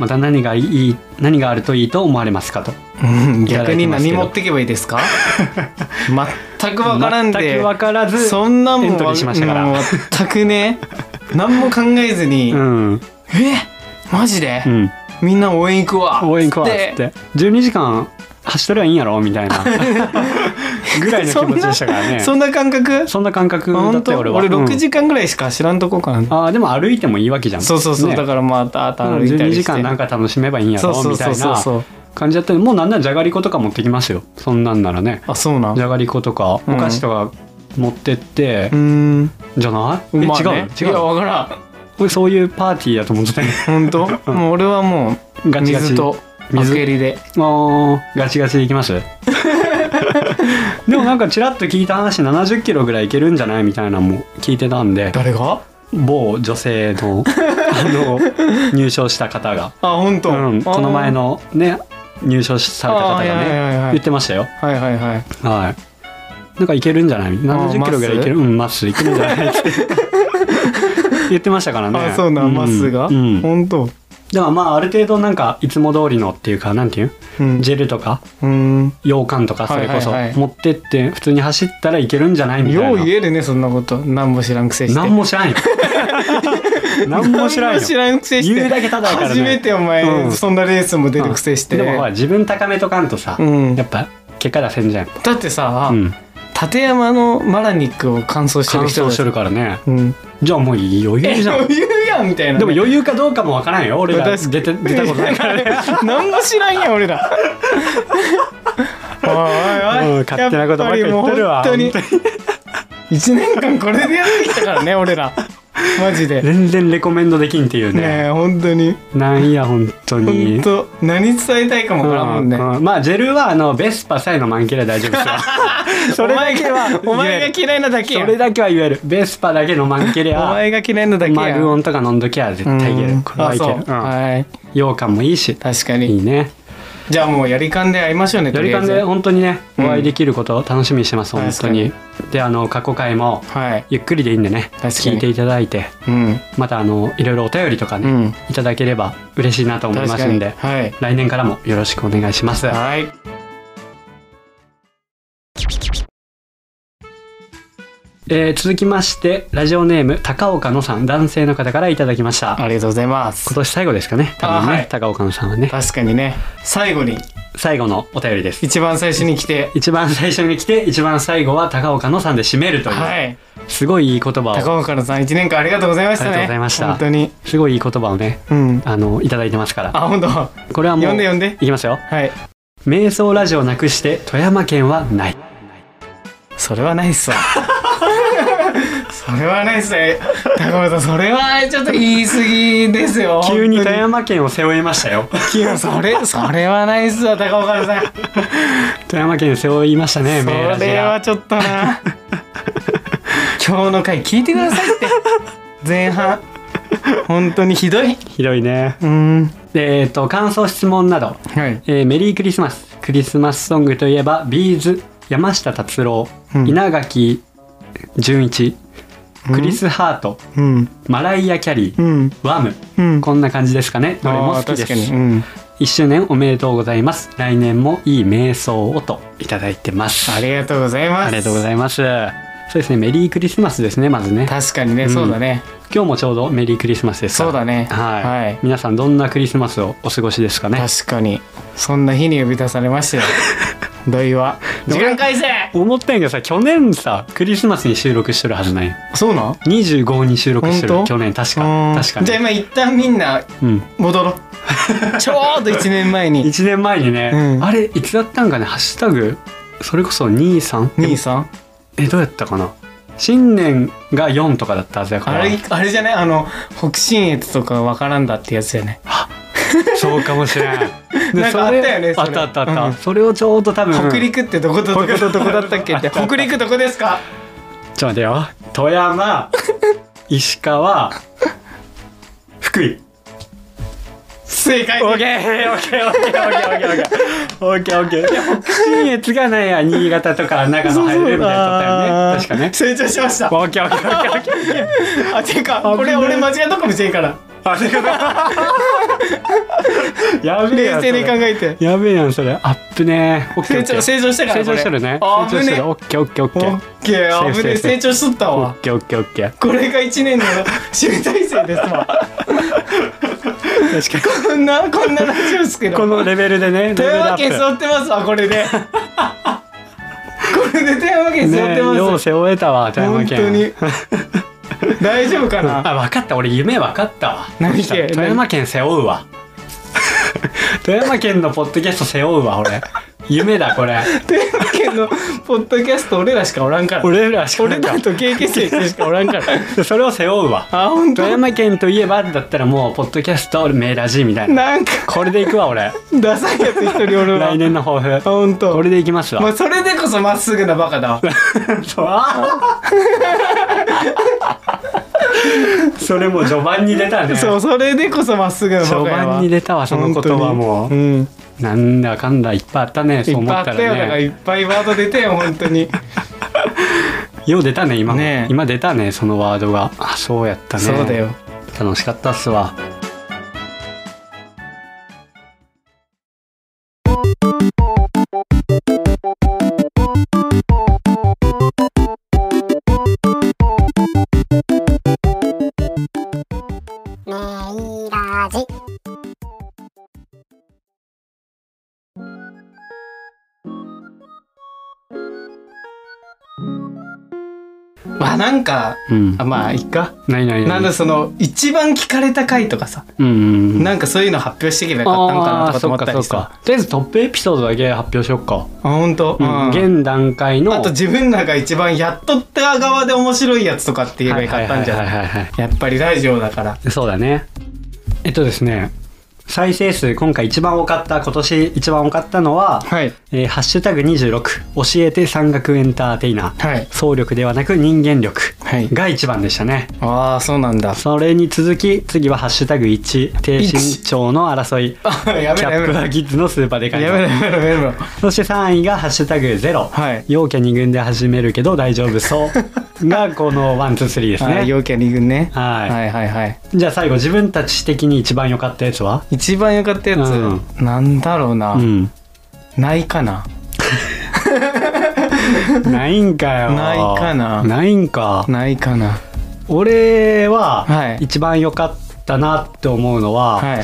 [SPEAKER 2] また何がいい何があるといいと思われますかと
[SPEAKER 1] うん
[SPEAKER 2] いただ
[SPEAKER 1] 逆
[SPEAKER 2] いて
[SPEAKER 1] に
[SPEAKER 2] ますけ
[SPEAKER 1] 何
[SPEAKER 2] ど
[SPEAKER 1] 持ってけばいいです か全く分からん
[SPEAKER 2] 全
[SPEAKER 1] で
[SPEAKER 2] く分からず
[SPEAKER 1] そんなもん
[SPEAKER 2] エントリーしましたから
[SPEAKER 1] もう全く ね何も考えずに、
[SPEAKER 2] うん
[SPEAKER 1] えマジで、
[SPEAKER 2] うん
[SPEAKER 1] みんな応援行くわ
[SPEAKER 2] 応援来わっつっ
[SPEAKER 1] で
[SPEAKER 2] て12時間走っとりゃいいんやろみたいな ぐらいの気持ちでしたからね
[SPEAKER 1] そんな感覚
[SPEAKER 2] そんな感覚
[SPEAKER 1] あ
[SPEAKER 2] だっ
[SPEAKER 1] 本
[SPEAKER 2] た
[SPEAKER 1] 当
[SPEAKER 2] よ
[SPEAKER 1] 俺
[SPEAKER 2] 俺はうん
[SPEAKER 1] 6時間ぐらいしか知らんとこかな、
[SPEAKER 2] あーでも歩いてもいいわけじゃん
[SPEAKER 1] そうそうそう、
[SPEAKER 2] ね
[SPEAKER 1] だからまあたた
[SPEAKER 2] うん
[SPEAKER 1] 歩いた
[SPEAKER 2] 12
[SPEAKER 1] りして
[SPEAKER 2] 時間なん
[SPEAKER 1] か
[SPEAKER 2] か楽しめばいいんや
[SPEAKER 1] そ
[SPEAKER 2] ろ
[SPEAKER 1] うそう
[SPEAKER 2] みた
[SPEAKER 1] そ
[SPEAKER 2] いう
[SPEAKER 1] そう
[SPEAKER 2] な
[SPEAKER 1] そう
[SPEAKER 2] 感じだったんでもうなんならじゃがりことか持ってきますよそんなんならね
[SPEAKER 1] あそうなん
[SPEAKER 2] じ
[SPEAKER 1] う
[SPEAKER 2] ゃがりことかお
[SPEAKER 1] うん
[SPEAKER 2] 菓子とか持ってって
[SPEAKER 1] ー、ん
[SPEAKER 2] じゃない、え
[SPEAKER 1] まあね
[SPEAKER 2] 違
[SPEAKER 1] い
[SPEAKER 2] う
[SPEAKER 1] や
[SPEAKER 2] の違う
[SPEAKER 1] わからん
[SPEAKER 2] 俺そういうパーティーやと思っ てた
[SPEAKER 1] 本当、もう俺はもう
[SPEAKER 2] ガチガチ
[SPEAKER 1] 水と
[SPEAKER 2] 水
[SPEAKER 1] 水蹴りで
[SPEAKER 2] もうガチガチでいきます でもなんかちらっと聞いた話70キロぐらいいけるんじゃないみたいなのも聞いてたんで
[SPEAKER 1] 誰が
[SPEAKER 2] 某女性の あの入賞した方が、
[SPEAKER 1] あ本当、
[SPEAKER 2] うん、この前
[SPEAKER 1] の
[SPEAKER 2] のね入賞された方が
[SPEAKER 1] あーはいはいはい
[SPEAKER 2] ね
[SPEAKER 1] はい
[SPEAKER 2] 言ってましたよ
[SPEAKER 1] はいはいはい
[SPEAKER 2] はい。なんかいけるんじゃない
[SPEAKER 1] あー
[SPEAKER 2] ?70 キロぐらいいけるうん、まっすーいけるん じゃないって言ってましたからね。
[SPEAKER 1] あそうなんまっすーが
[SPEAKER 2] うん。うん
[SPEAKER 1] 本当
[SPEAKER 2] だからまあある程度なんかいつも通りのっていうかなんていう、
[SPEAKER 1] うん
[SPEAKER 2] ジェルとか
[SPEAKER 1] うん
[SPEAKER 2] 羊羹とかそれこそ
[SPEAKER 1] はいはいはい
[SPEAKER 2] 持ってって普通に走ったらいけるんじゃないみたいな。
[SPEAKER 1] よう言えるねそんなこと何も知らんくせして
[SPEAKER 2] なんも 知らんよ。なんも知らんよ。
[SPEAKER 1] 何も知らんくせして
[SPEAKER 2] 言うだけただやからね
[SPEAKER 1] 初めてお前、
[SPEAKER 2] うん
[SPEAKER 1] そんなレースも出るくせして、
[SPEAKER 2] でもほら自分高めとかんとさ、
[SPEAKER 1] うん
[SPEAKER 2] やっぱ結果出せんじゃん。
[SPEAKER 1] だってさ、
[SPEAKER 2] うん。
[SPEAKER 1] 立山のマラニックを完走して
[SPEAKER 2] 乾
[SPEAKER 1] る人
[SPEAKER 2] 燥
[SPEAKER 1] だ
[SPEAKER 2] してるからね。
[SPEAKER 1] うん、
[SPEAKER 2] じゃあもう余裕じゃん。
[SPEAKER 1] 余裕やんみたいな
[SPEAKER 2] でも余裕かどうかもわからんよ。俺ら出て出たこと ないからね。
[SPEAKER 1] ら何も知らんやん俺 らおいおい
[SPEAKER 2] も
[SPEAKER 1] お
[SPEAKER 2] う
[SPEAKER 1] い
[SPEAKER 2] 勝手なことばっかり言ってるわ
[SPEAKER 1] やっぱりもう本当に1年間これでやってきたからね俺らマジでね
[SPEAKER 2] 全然レコメンドできんっていうね。
[SPEAKER 1] え本当に
[SPEAKER 2] なんや本当に。
[SPEAKER 1] 本当何伝えたいかもわからんもんね、
[SPEAKER 2] うんうんまあジェルはあのベスパさえのマンキレ大丈夫 ですよそれだけは
[SPEAKER 1] お前が
[SPEAKER 2] 言える
[SPEAKER 1] 嫌いなだけ
[SPEAKER 2] そ
[SPEAKER 1] やん
[SPEAKER 2] れだけは言えるベスパだけのマンキレ
[SPEAKER 1] お
[SPEAKER 2] は
[SPEAKER 1] 前が嫌いなだけ
[SPEAKER 2] マ
[SPEAKER 1] や
[SPEAKER 2] グオ
[SPEAKER 1] ん
[SPEAKER 2] ンとか飲んどきゃ絶対言え
[SPEAKER 1] う
[SPEAKER 2] る
[SPEAKER 1] ん
[SPEAKER 2] これはいける
[SPEAKER 1] あそう
[SPEAKER 2] うん
[SPEAKER 1] はい
[SPEAKER 2] 羊羹もいいし
[SPEAKER 1] 確か
[SPEAKER 2] い
[SPEAKER 1] に
[SPEAKER 2] いね
[SPEAKER 1] じゃあもうやりかんで会いましょうね
[SPEAKER 2] や
[SPEAKER 1] と
[SPEAKER 2] り
[SPEAKER 1] りあ
[SPEAKER 2] か
[SPEAKER 1] え
[SPEAKER 2] ん
[SPEAKER 1] ず
[SPEAKER 2] で本当にねお
[SPEAKER 1] うん
[SPEAKER 2] 会いできることを楽しみにしてます本当にであの過去回も
[SPEAKER 1] はい
[SPEAKER 2] ゆっくりでいいんでね
[SPEAKER 1] かに
[SPEAKER 2] 聞いていただいて
[SPEAKER 1] うん
[SPEAKER 2] またあのいろいろお便りとか
[SPEAKER 1] う
[SPEAKER 2] ね
[SPEAKER 1] ん
[SPEAKER 2] いただければ嬉しいなと思い
[SPEAKER 1] 確
[SPEAKER 2] ま
[SPEAKER 1] か
[SPEAKER 2] すん
[SPEAKER 1] に
[SPEAKER 2] で
[SPEAKER 1] はい
[SPEAKER 2] 来年からもよろしくお願いします
[SPEAKER 1] はい
[SPEAKER 2] えー続きましてラジオネーム高岡のさん男性の方からいただきました
[SPEAKER 1] ありがとうございます
[SPEAKER 2] 今年最後ですかね多分ね、
[SPEAKER 1] あはい
[SPEAKER 2] 高岡のさんはね
[SPEAKER 1] 確かにね最後に
[SPEAKER 2] 最後のお便りです
[SPEAKER 1] 一番最初に来て
[SPEAKER 2] 一番最初に来て一番最後は高岡のさんで締めるという、
[SPEAKER 1] はい
[SPEAKER 2] すごいいい言葉を
[SPEAKER 1] 高岡さん一年間ありがとうございましたね
[SPEAKER 2] ありがとうございました
[SPEAKER 1] 本当に
[SPEAKER 2] すごいいい言葉をね
[SPEAKER 1] うん
[SPEAKER 2] あのいただいてますから
[SPEAKER 1] あ本当
[SPEAKER 2] これはもう
[SPEAKER 1] 呼んで呼んで
[SPEAKER 2] いきますよ
[SPEAKER 1] はい
[SPEAKER 2] 瞑想ラジオなくして富山県はない
[SPEAKER 1] それはないっすわ それはないっすね高岡さんそれはちょっと言い過ぎですよ
[SPEAKER 2] 急に富山県を背負いましたよ
[SPEAKER 1] 急それそれはないっすわ高岡さん
[SPEAKER 2] 富山県背負いましたね
[SPEAKER 1] そ
[SPEAKER 2] 瞑ラジ
[SPEAKER 1] れは
[SPEAKER 2] が
[SPEAKER 1] ちょっとな今日の回聞いてくださいって前半本当にひどい
[SPEAKER 2] ひどいね
[SPEAKER 1] うん
[SPEAKER 2] でえっ、と感想質問など
[SPEAKER 1] はい
[SPEAKER 2] えーメリークリスマスクリスマスソングといえばビーズ山下達郎、
[SPEAKER 1] うん
[SPEAKER 2] 稲垣潤一クリス・ハート、
[SPEAKER 1] うん
[SPEAKER 2] マライア・キャリー、
[SPEAKER 1] うん
[SPEAKER 2] ワム、
[SPEAKER 1] うん
[SPEAKER 2] こんな感じですかねどれも好きで
[SPEAKER 1] 確かに
[SPEAKER 2] す
[SPEAKER 1] うん
[SPEAKER 2] 1周年おめでとうございます来年もいい瞑想をといただいてます
[SPEAKER 1] ありがとうございます
[SPEAKER 2] ありがとうございますそうですねメリークリスマスですねまずね
[SPEAKER 1] 確かにね、
[SPEAKER 2] うん
[SPEAKER 1] そうだね
[SPEAKER 2] 今日もちょうどメリークリスマスですから
[SPEAKER 1] そうだね
[SPEAKER 2] はい、
[SPEAKER 1] はい
[SPEAKER 2] 皆さんどんなクリスマスをお過ごしですかね
[SPEAKER 1] 確かにそんな日に呼び出されましたよ 土井は時間返せ
[SPEAKER 2] 思ったんやけどさ去年さクリスマスに収録してるはずない
[SPEAKER 1] そうなん
[SPEAKER 2] 25に収録してる
[SPEAKER 1] 本当
[SPEAKER 2] 去年確
[SPEAKER 1] う
[SPEAKER 2] か
[SPEAKER 1] ん
[SPEAKER 2] 確かに
[SPEAKER 1] じゃあ今一旦みんな
[SPEAKER 2] うん、
[SPEAKER 1] 戻ろ うちょうど1年前に
[SPEAKER 2] 1年前にね、
[SPEAKER 1] うん
[SPEAKER 2] あれいつだったんかねハッシュタグそれこそ23で も
[SPEAKER 1] 兄さん
[SPEAKER 2] えどうやったかな新年が4とかだったはずやか
[SPEAKER 1] あ
[SPEAKER 2] ら
[SPEAKER 1] れあれじゃないあの北信越とかわからんだってやつじゃない
[SPEAKER 2] そうかも しれない
[SPEAKER 1] なんかあったよねそ
[SPEAKER 2] あっ
[SPEAKER 1] れ
[SPEAKER 2] たあったあった、
[SPEAKER 1] うん
[SPEAKER 2] それをちょうど多分
[SPEAKER 1] 北陸ってどことどことどこだったっけって 北陸どこですか
[SPEAKER 2] ちょっと待てよ富山石川福井
[SPEAKER 1] 正解
[SPEAKER 2] オッケーオッケーオッケーオッケーオッケーオッケーオッケーオッケー北信越がなんや新潟とか長野入るみたいなだったよね確かね
[SPEAKER 1] 成長しました
[SPEAKER 2] オッケーオッケーオッケーオッケー
[SPEAKER 1] あていうか
[SPEAKER 2] 危ない
[SPEAKER 1] これ俺間違ったかもしれんから
[SPEAKER 2] あそういうことやべえ
[SPEAKER 1] 冷
[SPEAKER 2] やん
[SPEAKER 1] 静に考
[SPEAKER 2] そ
[SPEAKER 1] えて
[SPEAKER 2] れやべえやんそれアップねオッケーオ
[SPEAKER 1] 成
[SPEAKER 2] ッケー
[SPEAKER 1] 長成長したから
[SPEAKER 2] 成
[SPEAKER 1] こ
[SPEAKER 2] 長
[SPEAKER 1] れ
[SPEAKER 2] してるね
[SPEAKER 1] あ
[SPEAKER 2] 成
[SPEAKER 1] 危
[SPEAKER 2] 長して
[SPEAKER 1] ね
[SPEAKER 2] るオッケーオッケーオッ
[SPEAKER 1] オ
[SPEAKER 2] ケー
[SPEAKER 1] ッケ
[SPEAKER 2] セー
[SPEAKER 1] ー
[SPEAKER 2] フ
[SPEAKER 1] 危ねえ
[SPEAKER 2] セーフ
[SPEAKER 1] 成長しとった
[SPEAKER 2] オ
[SPEAKER 1] わ
[SPEAKER 2] ッケーオッケーオッケー
[SPEAKER 1] これが一年の集大成ですわ
[SPEAKER 2] 確か
[SPEAKER 1] こんなこんなラジオですけ
[SPEAKER 2] に
[SPEAKER 1] ど
[SPEAKER 2] このレベルでねレベ
[SPEAKER 1] 富
[SPEAKER 2] ル
[SPEAKER 1] 山
[SPEAKER 2] ア
[SPEAKER 1] 県背
[SPEAKER 2] ッ
[SPEAKER 1] 負ってますわこれでこれで富山
[SPEAKER 2] プ
[SPEAKER 1] 県背負っ
[SPEAKER 2] ね
[SPEAKER 1] てます、
[SPEAKER 2] よう背負えたわ富山
[SPEAKER 1] 本
[SPEAKER 2] 県
[SPEAKER 1] 当に 大丈夫かな
[SPEAKER 2] あ分かった俺夢分かったわ
[SPEAKER 1] 何系
[SPEAKER 2] 富山県背負うわ 富山県のポッドキャスト背負うわ俺夢だこれ
[SPEAKER 1] 富山県のポッドキャスト俺らしかおらんから
[SPEAKER 2] 俺らしかな
[SPEAKER 1] 俺
[SPEAKER 2] んから
[SPEAKER 1] と経験生しかおらんから
[SPEAKER 2] それを背負うわ
[SPEAKER 1] あ本
[SPEAKER 2] 富
[SPEAKER 1] 当
[SPEAKER 2] 山県といえばだったらもうポッドキャストメーラジみたいな
[SPEAKER 1] なんか
[SPEAKER 2] これでいくわ俺
[SPEAKER 1] ダサいやつ一人おる わ
[SPEAKER 2] 来年の抱負
[SPEAKER 1] あ本当
[SPEAKER 2] これでいきますわ、
[SPEAKER 1] まあ、それでこそまっすぐなバカだわ
[SPEAKER 2] そうあー それも序盤に出たね
[SPEAKER 1] そうそれでこそまっすぐなバカ
[SPEAKER 2] 序
[SPEAKER 1] やわ
[SPEAKER 2] 盤に出たわその言葉
[SPEAKER 1] 本
[SPEAKER 2] も
[SPEAKER 1] 当にうん
[SPEAKER 2] うなんだかんだいっぱいあったね
[SPEAKER 1] い
[SPEAKER 2] そう
[SPEAKER 1] っ
[SPEAKER 2] 思
[SPEAKER 1] ぱいあ
[SPEAKER 2] っ
[SPEAKER 1] ったたよ、だ
[SPEAKER 2] ら
[SPEAKER 1] から
[SPEAKER 2] ね
[SPEAKER 1] いっぱいワード出てよ本当に、
[SPEAKER 2] よう出たね今も
[SPEAKER 1] ねえ
[SPEAKER 2] 今出たねそのワードがあそうやったね
[SPEAKER 1] そうだよ
[SPEAKER 2] 楽しかったっすわ
[SPEAKER 1] まあなんか、
[SPEAKER 2] うん
[SPEAKER 1] あまあいっか、
[SPEAKER 2] ないないない
[SPEAKER 1] なんだその一番聞かれた回とかさ、
[SPEAKER 2] うんうんうん
[SPEAKER 1] なんかそういうの発表していけばよかったのかなとか
[SPEAKER 2] ああ
[SPEAKER 1] と
[SPEAKER 2] そ
[SPEAKER 1] 思
[SPEAKER 2] っ
[SPEAKER 1] っ
[SPEAKER 2] か
[SPEAKER 1] た
[SPEAKER 2] そ
[SPEAKER 1] り
[SPEAKER 2] っ
[SPEAKER 1] さ
[SPEAKER 2] かとりあえずトップエピソードだけ発表しよっか、
[SPEAKER 1] あ本当、
[SPEAKER 2] う
[SPEAKER 1] うんん
[SPEAKER 2] 現段階の
[SPEAKER 1] あと自分らが一番やっとった側で面白いやつとかって言えばよかったんじゃ
[SPEAKER 2] はい
[SPEAKER 1] ない
[SPEAKER 2] はいはいはいは
[SPEAKER 1] やっぱりラジオだから
[SPEAKER 2] いそうだねえっとですね再生数今回一番多かった今年一番多かったのは
[SPEAKER 1] はい
[SPEAKER 2] えーハッシュタグ26教えて山岳エンターテイナー、
[SPEAKER 1] はい
[SPEAKER 2] 総力ではなく人間力
[SPEAKER 1] はい
[SPEAKER 2] が一番でしたね
[SPEAKER 1] ああそうなんだ
[SPEAKER 2] それに続き次はハッシュタグ1低身長の争い
[SPEAKER 1] やめ
[SPEAKER 2] キ
[SPEAKER 1] ろ
[SPEAKER 2] ャ
[SPEAKER 1] や
[SPEAKER 2] ッ
[SPEAKER 1] め
[SPEAKER 2] プ
[SPEAKER 1] ろ
[SPEAKER 2] は
[SPEAKER 1] や
[SPEAKER 2] キッズのスーパーでかい
[SPEAKER 1] めろやめろやめろ
[SPEAKER 2] そして3位がハッシュタグ0、
[SPEAKER 1] はい
[SPEAKER 2] 陽キャ2軍で始めるけど大丈夫そう がこの123です
[SPEAKER 1] あー
[SPEAKER 2] ね
[SPEAKER 1] 陽キャ2軍ね
[SPEAKER 2] はい
[SPEAKER 1] はいはいはい
[SPEAKER 2] じゃあ最後自分たち的に一番良かったやつは
[SPEAKER 1] 一番良かったやつ、
[SPEAKER 2] う
[SPEAKER 1] なんだろうな、
[SPEAKER 2] うん
[SPEAKER 1] ないかな
[SPEAKER 2] ないんかよ
[SPEAKER 1] ないかな
[SPEAKER 2] ないんか
[SPEAKER 1] ないかな
[SPEAKER 2] 俺
[SPEAKER 1] は
[SPEAKER 2] はい一番良かったなって思うのは、
[SPEAKER 1] はい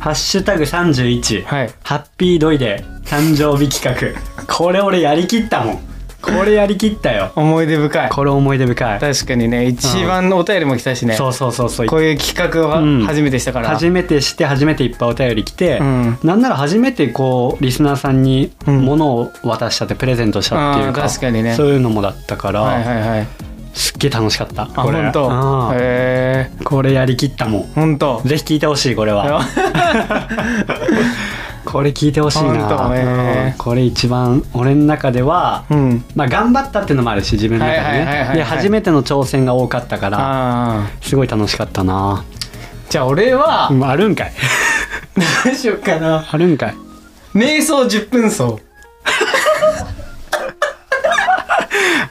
[SPEAKER 2] ハッシュタグ31、
[SPEAKER 1] はい
[SPEAKER 2] ハッピードイデー誕生日企画これ俺やりきったもんこれやりきったよ
[SPEAKER 1] 思い出深い
[SPEAKER 2] これ思い出深い
[SPEAKER 1] 確かにね一番お便りも来たしね、
[SPEAKER 2] そうそうそうそう
[SPEAKER 1] こういう企画
[SPEAKER 2] うん
[SPEAKER 1] を初めてしたから、
[SPEAKER 2] 初めてして初めていっぱいお便り来て、
[SPEAKER 1] うん
[SPEAKER 2] なんなら初めてこうリスナーさんに
[SPEAKER 1] うん
[SPEAKER 2] 物を渡したってプレゼントしたっていう
[SPEAKER 1] あ
[SPEAKER 2] か,、
[SPEAKER 1] ー確かにね
[SPEAKER 2] そういうのもだったから、
[SPEAKER 1] はいはいはい
[SPEAKER 2] すっげえ楽しかった
[SPEAKER 1] あ
[SPEAKER 2] これ
[SPEAKER 1] 本当
[SPEAKER 2] うん
[SPEAKER 1] へえ
[SPEAKER 2] これやりきったもん
[SPEAKER 1] 本当
[SPEAKER 2] ぜひ聞いてほしいこれはこれ聞いてほしいな、
[SPEAKER 1] ほんとね
[SPEAKER 2] うんこれ一番俺の中では、
[SPEAKER 1] うん
[SPEAKER 2] まあ頑張ったっていうのもあるし自分の中でね、
[SPEAKER 1] はいはいはいはいはい
[SPEAKER 2] で初めての挑戦が多かったから
[SPEAKER 1] あ
[SPEAKER 2] すごい楽しかったな
[SPEAKER 1] ーじゃあ俺は、
[SPEAKER 2] うんあるんかい
[SPEAKER 1] どうしようかな
[SPEAKER 2] あるんかい
[SPEAKER 1] 瞑想10分走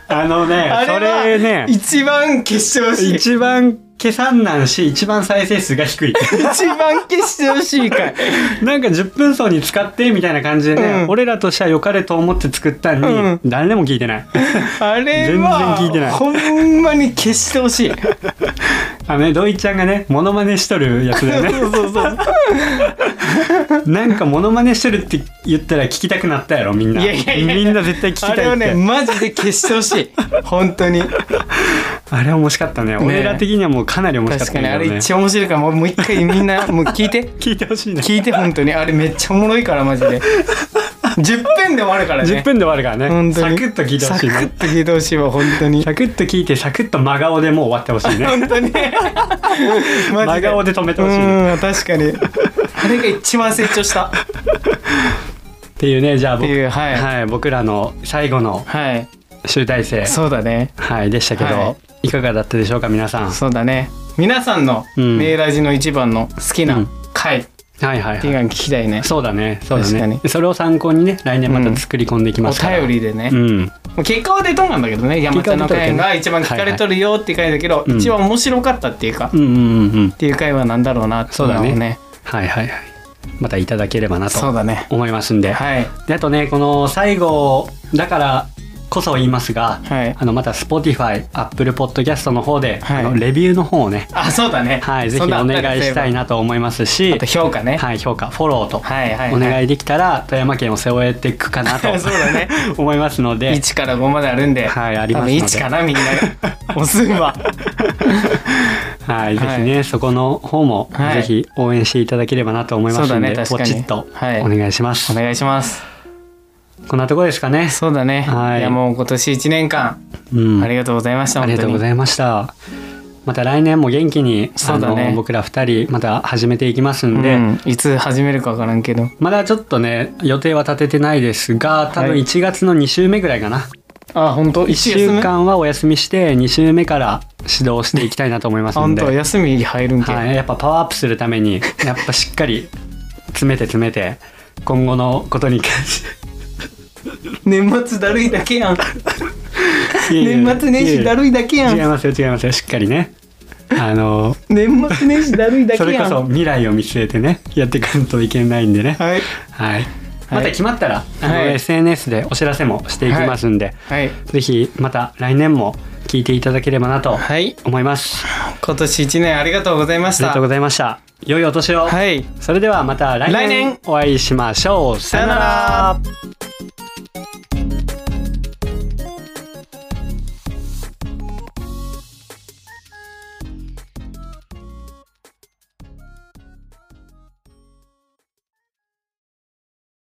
[SPEAKER 2] あのね
[SPEAKER 1] あ
[SPEAKER 2] そ
[SPEAKER 1] れは
[SPEAKER 2] れね
[SPEAKER 1] 一番決勝し
[SPEAKER 2] 一番計算なんし一番再生数 が低い
[SPEAKER 1] 一番決勝しい回
[SPEAKER 2] なんか10分走に使ってみたいな感じでね、
[SPEAKER 1] うん
[SPEAKER 2] 俺らとしては良かれと思って作ったのに、
[SPEAKER 1] うん
[SPEAKER 2] 誰も聞いてない
[SPEAKER 1] あれは
[SPEAKER 2] 全然聞いてない
[SPEAKER 1] ほんまに消してほしい
[SPEAKER 2] あのね土井ちゃんがねモノマネしとるやつだよね
[SPEAKER 1] そうそうそう
[SPEAKER 2] なんかモノマネしてるって言ったら聞きたくなったやろみんない
[SPEAKER 1] やいやいや
[SPEAKER 2] みんな絶対聞きたい
[SPEAKER 1] あ
[SPEAKER 2] って
[SPEAKER 1] れ
[SPEAKER 2] あ
[SPEAKER 1] は
[SPEAKER 2] れ,、
[SPEAKER 1] ねマジで消してほし い本当に
[SPEAKER 2] は面白かったね俺ら的にはもうかなり面白かっ
[SPEAKER 1] 確
[SPEAKER 2] た
[SPEAKER 1] か
[SPEAKER 2] ん
[SPEAKER 1] に
[SPEAKER 2] だ
[SPEAKER 1] あ
[SPEAKER 2] けど
[SPEAKER 1] れ
[SPEAKER 2] ね
[SPEAKER 1] 一番面白いからもうもう一回みんなもう聞いて
[SPEAKER 2] 聞いてほしいね
[SPEAKER 1] 聞いて本当にあれめっちゃおもろいからマジで10分で終わるから
[SPEAKER 2] 10
[SPEAKER 1] ね
[SPEAKER 2] 分で終わるからね
[SPEAKER 1] 本当
[SPEAKER 2] サ
[SPEAKER 1] に
[SPEAKER 2] クッと聞いてほし
[SPEAKER 1] サク
[SPEAKER 2] いね
[SPEAKER 1] ッと聞いてほしいわ本当に
[SPEAKER 2] サクッと聞いてサクッと真顔でもう終わってほしいね
[SPEAKER 1] 本 当にマ
[SPEAKER 2] 真
[SPEAKER 1] ジで
[SPEAKER 2] 顔で止めてほしいね
[SPEAKER 1] うん確かにあれが一番成長した
[SPEAKER 2] っていうねじゃあ僕,、
[SPEAKER 1] っていうはい
[SPEAKER 2] 僕らの最後の
[SPEAKER 1] はい
[SPEAKER 2] 集大成、
[SPEAKER 1] そうだね
[SPEAKER 2] はい、でしたけど、、
[SPEAKER 1] はい
[SPEAKER 2] かがだったでしょうか皆さんは
[SPEAKER 1] そうだね皆さんの
[SPEAKER 2] うん
[SPEAKER 1] メーラジの一番の好き
[SPEAKER 2] う
[SPEAKER 1] なん回っ
[SPEAKER 2] いはいは
[SPEAKER 1] ていう
[SPEAKER 2] い
[SPEAKER 1] のが聞きたいね
[SPEAKER 2] そうだねそうだね
[SPEAKER 1] 確か
[SPEAKER 2] それを参考にね来年また作り込んでいき
[SPEAKER 1] お
[SPEAKER 2] ますから、
[SPEAKER 1] 便りでね
[SPEAKER 2] う、ん
[SPEAKER 1] もう結果は出とんなんだけどね山田の回が一番聞かれとるよっていう回だけど、
[SPEAKER 2] いはい
[SPEAKER 1] 一番面白かったっていうか、
[SPEAKER 2] うんうんうんうん
[SPEAKER 1] っていう回は何だろうなっていのを
[SPEAKER 2] そうだねはいはいはいまたいただければな
[SPEAKER 1] そう
[SPEAKER 2] と
[SPEAKER 1] だね
[SPEAKER 2] 思いますんで,、
[SPEAKER 1] はい
[SPEAKER 2] であとねこの最後だからこそ言いますが、
[SPEAKER 1] はい
[SPEAKER 2] あのまた Spotify、Apple Podcast の方で、
[SPEAKER 1] はい
[SPEAKER 2] あのレビューの方をね、
[SPEAKER 1] あそうだね
[SPEAKER 2] はい、ぜひ
[SPEAKER 1] そ
[SPEAKER 2] お
[SPEAKER 1] んなあっ
[SPEAKER 2] 願い
[SPEAKER 1] たりすれば
[SPEAKER 2] したいなと思いますし、
[SPEAKER 1] あと評価ね、
[SPEAKER 2] はい、評価フォローと
[SPEAKER 1] はい、はいはい
[SPEAKER 2] お願いできたら富山県を背負えていくかなと
[SPEAKER 1] そうだね
[SPEAKER 2] 思いますので
[SPEAKER 1] 1から5まであるんで、
[SPEAKER 2] はいありますので
[SPEAKER 1] 多分1かなみんな がおすんは
[SPEAKER 2] はいぜ
[SPEAKER 1] はい
[SPEAKER 2] ひねそこの方も
[SPEAKER 1] はい
[SPEAKER 2] ぜひ応援していただければなと思います
[SPEAKER 1] そう
[SPEAKER 2] の
[SPEAKER 1] だね
[SPEAKER 2] で
[SPEAKER 1] 確
[SPEAKER 2] ポ
[SPEAKER 1] か
[SPEAKER 2] チ
[SPEAKER 1] に
[SPEAKER 2] ッとお
[SPEAKER 1] はい
[SPEAKER 2] 願いします
[SPEAKER 1] お願いします
[SPEAKER 2] こんなところですかね
[SPEAKER 1] そうだね、
[SPEAKER 2] はい
[SPEAKER 1] い、やもう今年1年間、
[SPEAKER 2] うん
[SPEAKER 1] ありがとうございました
[SPEAKER 2] あり
[SPEAKER 1] 本当
[SPEAKER 2] がとう
[SPEAKER 1] に
[SPEAKER 2] ございましたまた来年も元気にあ
[SPEAKER 1] そうだ
[SPEAKER 2] の
[SPEAKER 1] ね
[SPEAKER 2] 僕ら2人また始めていきますんで
[SPEAKER 1] うん、いつ始めるか分からんけど
[SPEAKER 2] まだちょっとね予定は立ててないですが多分
[SPEAKER 1] はい
[SPEAKER 2] 1月の2週目ぐらいかな
[SPEAKER 1] あ本当
[SPEAKER 2] 1
[SPEAKER 1] 1
[SPEAKER 2] 週間はお休みして2週目から指導していきたいなと思いますの
[SPEAKER 1] 本
[SPEAKER 2] で
[SPEAKER 1] 当休み入るんけ、
[SPEAKER 2] はい、やっぱパワーアップするためにやっぱしっかり詰めて詰めて今後のことに関し
[SPEAKER 1] 年末だるいだけやん
[SPEAKER 2] ていやいや
[SPEAKER 1] 年末年始だるいだけ
[SPEAKER 2] い
[SPEAKER 1] や
[SPEAKER 2] や
[SPEAKER 1] ん
[SPEAKER 2] いや違いますよ違いますよしっかりねあの
[SPEAKER 1] 年末年始だるいだ
[SPEAKER 2] そ
[SPEAKER 1] け
[SPEAKER 2] れこ
[SPEAKER 1] やん
[SPEAKER 2] そ未来を見据えてねやっていかんといけないんでねはい、
[SPEAKER 1] はい
[SPEAKER 2] また決まったら、あの
[SPEAKER 1] はい
[SPEAKER 2] SNS でお知らせもしていきますんで、
[SPEAKER 1] はい
[SPEAKER 2] ぜひまた来年も聞いていただければなと
[SPEAKER 1] はい
[SPEAKER 2] 思います、
[SPEAKER 1] 今年1年ありがとうございまし
[SPEAKER 2] ありが
[SPEAKER 1] た
[SPEAKER 2] とうございました良いお年を、
[SPEAKER 1] はい
[SPEAKER 2] それではまた来
[SPEAKER 1] 来
[SPEAKER 2] 年
[SPEAKER 1] 年
[SPEAKER 2] お会いしましょう
[SPEAKER 1] さ
[SPEAKER 2] さ
[SPEAKER 1] よなら